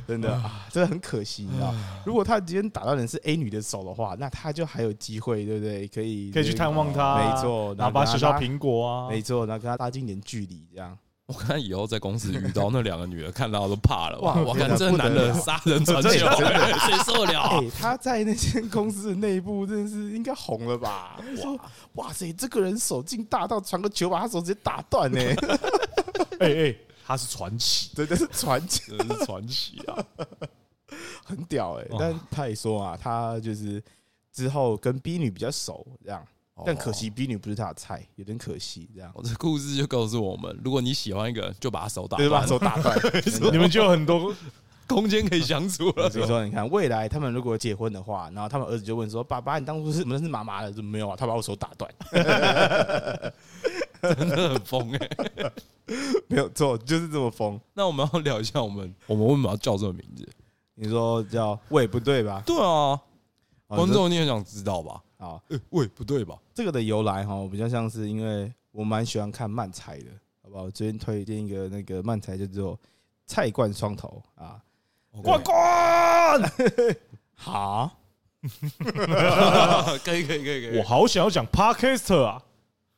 Speaker 1: 真的啊，真的很可惜，你知道？如果他今天打到人是 A 女的手的话，那他就还有机会，对不对？可以
Speaker 3: 可以去探望他，啊
Speaker 1: 没错，
Speaker 3: 然后把
Speaker 1: 把
Speaker 3: 他学校啊苹果啊，
Speaker 1: 没错，然后跟他拉近一点距离，这样。
Speaker 2: 我看以后在公司遇到那两个女的，看到都怕了。哇，
Speaker 1: 哇
Speaker 2: 我
Speaker 1: 天
Speaker 2: 看
Speaker 1: 哪
Speaker 2: 这
Speaker 1: 不得
Speaker 2: 男的
Speaker 1: 了
Speaker 2: 杀人传球，
Speaker 1: 真的真的
Speaker 2: 谁受得了
Speaker 1: 哎
Speaker 2: 啊？，
Speaker 1: 他在那间公司的内部真的是应该红了吧？说哇塞，这个人手劲大到传个球把他手直接打断
Speaker 3: (laughs)
Speaker 1: 呢，
Speaker 3: 哎哎，他是传奇，
Speaker 1: 真的是传奇。
Speaker 2: 真的是传奇啊！
Speaker 1: 很屌哎、
Speaker 3: 哇
Speaker 1: 但他也说啊，他就是之后跟 B 女比较熟这样，但可惜 B 女不是他的菜，有点可惜这样
Speaker 2: 哦，。这故事就告诉我们，如果你喜欢一个人，就把他手打
Speaker 1: 对吧？
Speaker 2: 断，
Speaker 1: 手打断，真的
Speaker 3: (laughs) 你们就有很多
Speaker 2: 空间可以相处了。
Speaker 1: 所以 (laughs) 说你看，未来他们如果结婚的话，然后他们儿子就问说：“爸爸，你当初是怎么认识妈妈的？”说没有啊，他把我手打断，
Speaker 2: 真的很疯哎、
Speaker 1: (laughs) 没有错，就是这么疯。
Speaker 2: 那我们要聊一下我们我们为什么要叫这个名字？
Speaker 1: 你说叫喂不对 (laughs) 吧？
Speaker 2: 对啊，
Speaker 1: 哦
Speaker 2: 观
Speaker 1: 你说
Speaker 2: 众你也想知道吧？
Speaker 1: 好，
Speaker 2: 呃，喂，不对吧？
Speaker 1: 这个的由来哈，比较像是因为我蛮喜欢看漫才的，好不好？最近推荐一个那个漫才叫做菜冠双头啊，
Speaker 3: 冠
Speaker 2: 对
Speaker 3: 冠。
Speaker 1: 好。
Speaker 2: 可以可以可以可以。
Speaker 3: 我好想要讲 Podcaster 啊，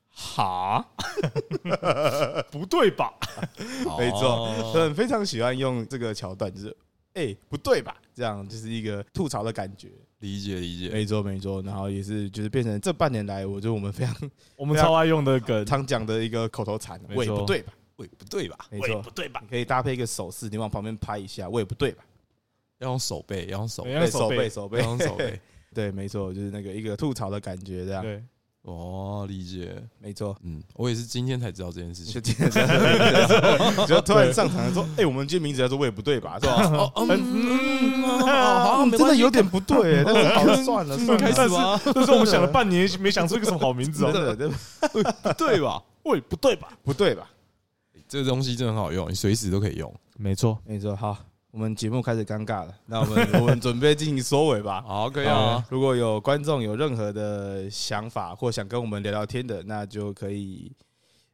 Speaker 1: 哈，
Speaker 3: 不对吧？
Speaker 2: 哇
Speaker 1: 没错，很非常喜欢用这个桥段，就是哎、欸不对吧？这样就是一个吐槽的感觉。
Speaker 2: 理解理解。
Speaker 1: 没错没错，然后也是就是变成这半年来，我觉得我们非常，
Speaker 3: 我们超爱用的梗
Speaker 1: 常讲的一个口头禅，
Speaker 3: 没错
Speaker 1: 喂不对吧？
Speaker 2: 喂，不对吧？
Speaker 1: 没
Speaker 3: 喂
Speaker 1: 错
Speaker 3: 不，对吧
Speaker 1: 你？可以搭配一个手势，你往旁边拍一下，喂不对吧？
Speaker 2: 要用手背，要用手
Speaker 3: 没
Speaker 2: 背，
Speaker 3: 用
Speaker 1: 对
Speaker 3: 手
Speaker 1: 手
Speaker 3: 背
Speaker 1: 背，手
Speaker 2: 要
Speaker 1: 背，
Speaker 2: 用手背。
Speaker 1: (laughs) 对，没错，就是那个一个吐槽的感觉，这样
Speaker 3: 对，
Speaker 2: 哦，理解。
Speaker 1: 没错。 (laughs)
Speaker 2: 嗯，我也是今天才知道这件事
Speaker 1: 就今
Speaker 2: 情。
Speaker 1: 天这样子 (laughs) 就突然上场说：“哎，我们今天名字叫做‘喂不对吧’，是吧？”
Speaker 2: 哦，嗯，好，
Speaker 1: 嗯
Speaker 2: 没
Speaker 1: 真
Speaker 2: 关
Speaker 1: 的
Speaker 2: 系
Speaker 1: 有点不对，
Speaker 2: (laughs)
Speaker 1: 但是好了，算了算
Speaker 2: 开
Speaker 1: 了
Speaker 2: 始吧，
Speaker 3: 但是我们想了半年，没想出一个什么好名字
Speaker 1: (laughs) 真的，
Speaker 3: 哦。
Speaker 1: 真的
Speaker 2: 不对吧？
Speaker 3: 喂，不对吧？
Speaker 1: 不对吧？
Speaker 2: 这个东西真的很好用，你随时都可以用。
Speaker 3: 没错，
Speaker 1: 没错，好，我们节目开始尴尬了，那我们我们准备进行收尾吧。
Speaker 2: (laughs) 好，啊可以
Speaker 1: 好，如果有观众有任何的想法或想跟我们聊聊天的，那就可以。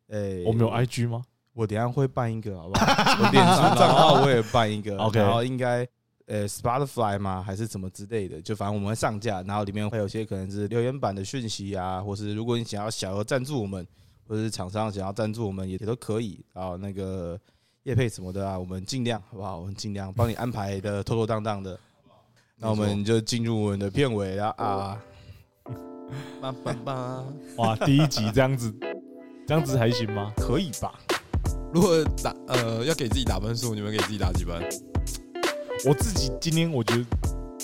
Speaker 1: 呃、
Speaker 3: 我们有 IG 吗？
Speaker 1: 我等一下会办一个，好不好？我 (laughs) 脸书账号我也办一个
Speaker 3: OK
Speaker 1: 然后应该呃 Spotify 嘛，还是什么之类的，就反正我们会上架，然后里面会有些可能是留言版的讯息啊，或是如果你想要小额赞助我们，或者是厂商想要赞助我们也也都可以啊。然后那个业配什么的啊，我们尽量好不好？我们尽量帮你安排的妥妥当当的。那我们就进入我们的片尾了啊！
Speaker 2: 棒棒棒！
Speaker 3: 哇，第一集这样子，这样子还行吗？
Speaker 1: 可以吧？
Speaker 2: 如果打呃要给自己打分数，你们给自己打几分？
Speaker 3: 我自己今天我觉得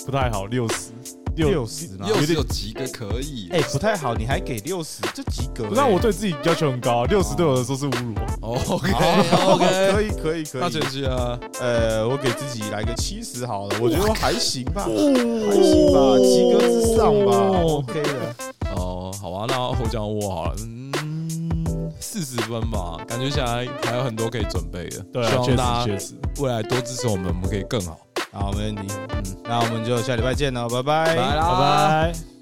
Speaker 3: 不太好，六十
Speaker 1: 六十吗
Speaker 2: 又
Speaker 3: 有
Speaker 2: 是有
Speaker 3: 点。
Speaker 2: 几个可以？
Speaker 1: 哎、不太好，你还给六十，这及格、欸。
Speaker 3: 那我对自己要求很高，六十对我来说是侮辱。
Speaker 2: 哦
Speaker 1: 好
Speaker 2: OK
Speaker 1: 可
Speaker 2: OK，
Speaker 1: 以可以可
Speaker 2: 那
Speaker 1: 以
Speaker 2: 准。许啊，
Speaker 1: 呃，我给自己来个七十好了，我觉得还行吧，还行吧，
Speaker 3: 哦
Speaker 1: 及格之上吧，OK 的。
Speaker 2: 哦，好啊，那我讲我好了，嗯，四十分吧，感觉下来还有很多可以准备的，
Speaker 3: 对
Speaker 2: 希
Speaker 3: 啊，
Speaker 2: 望
Speaker 3: 确
Speaker 2: 大
Speaker 3: 实
Speaker 2: 家
Speaker 3: 确实。
Speaker 2: 未来多支持我们，我们可以更好。
Speaker 1: 好，没问题。
Speaker 2: 嗯，
Speaker 1: 那我们就下礼拜见喽，拜拜，
Speaker 2: 拜啦
Speaker 3: 拜拜。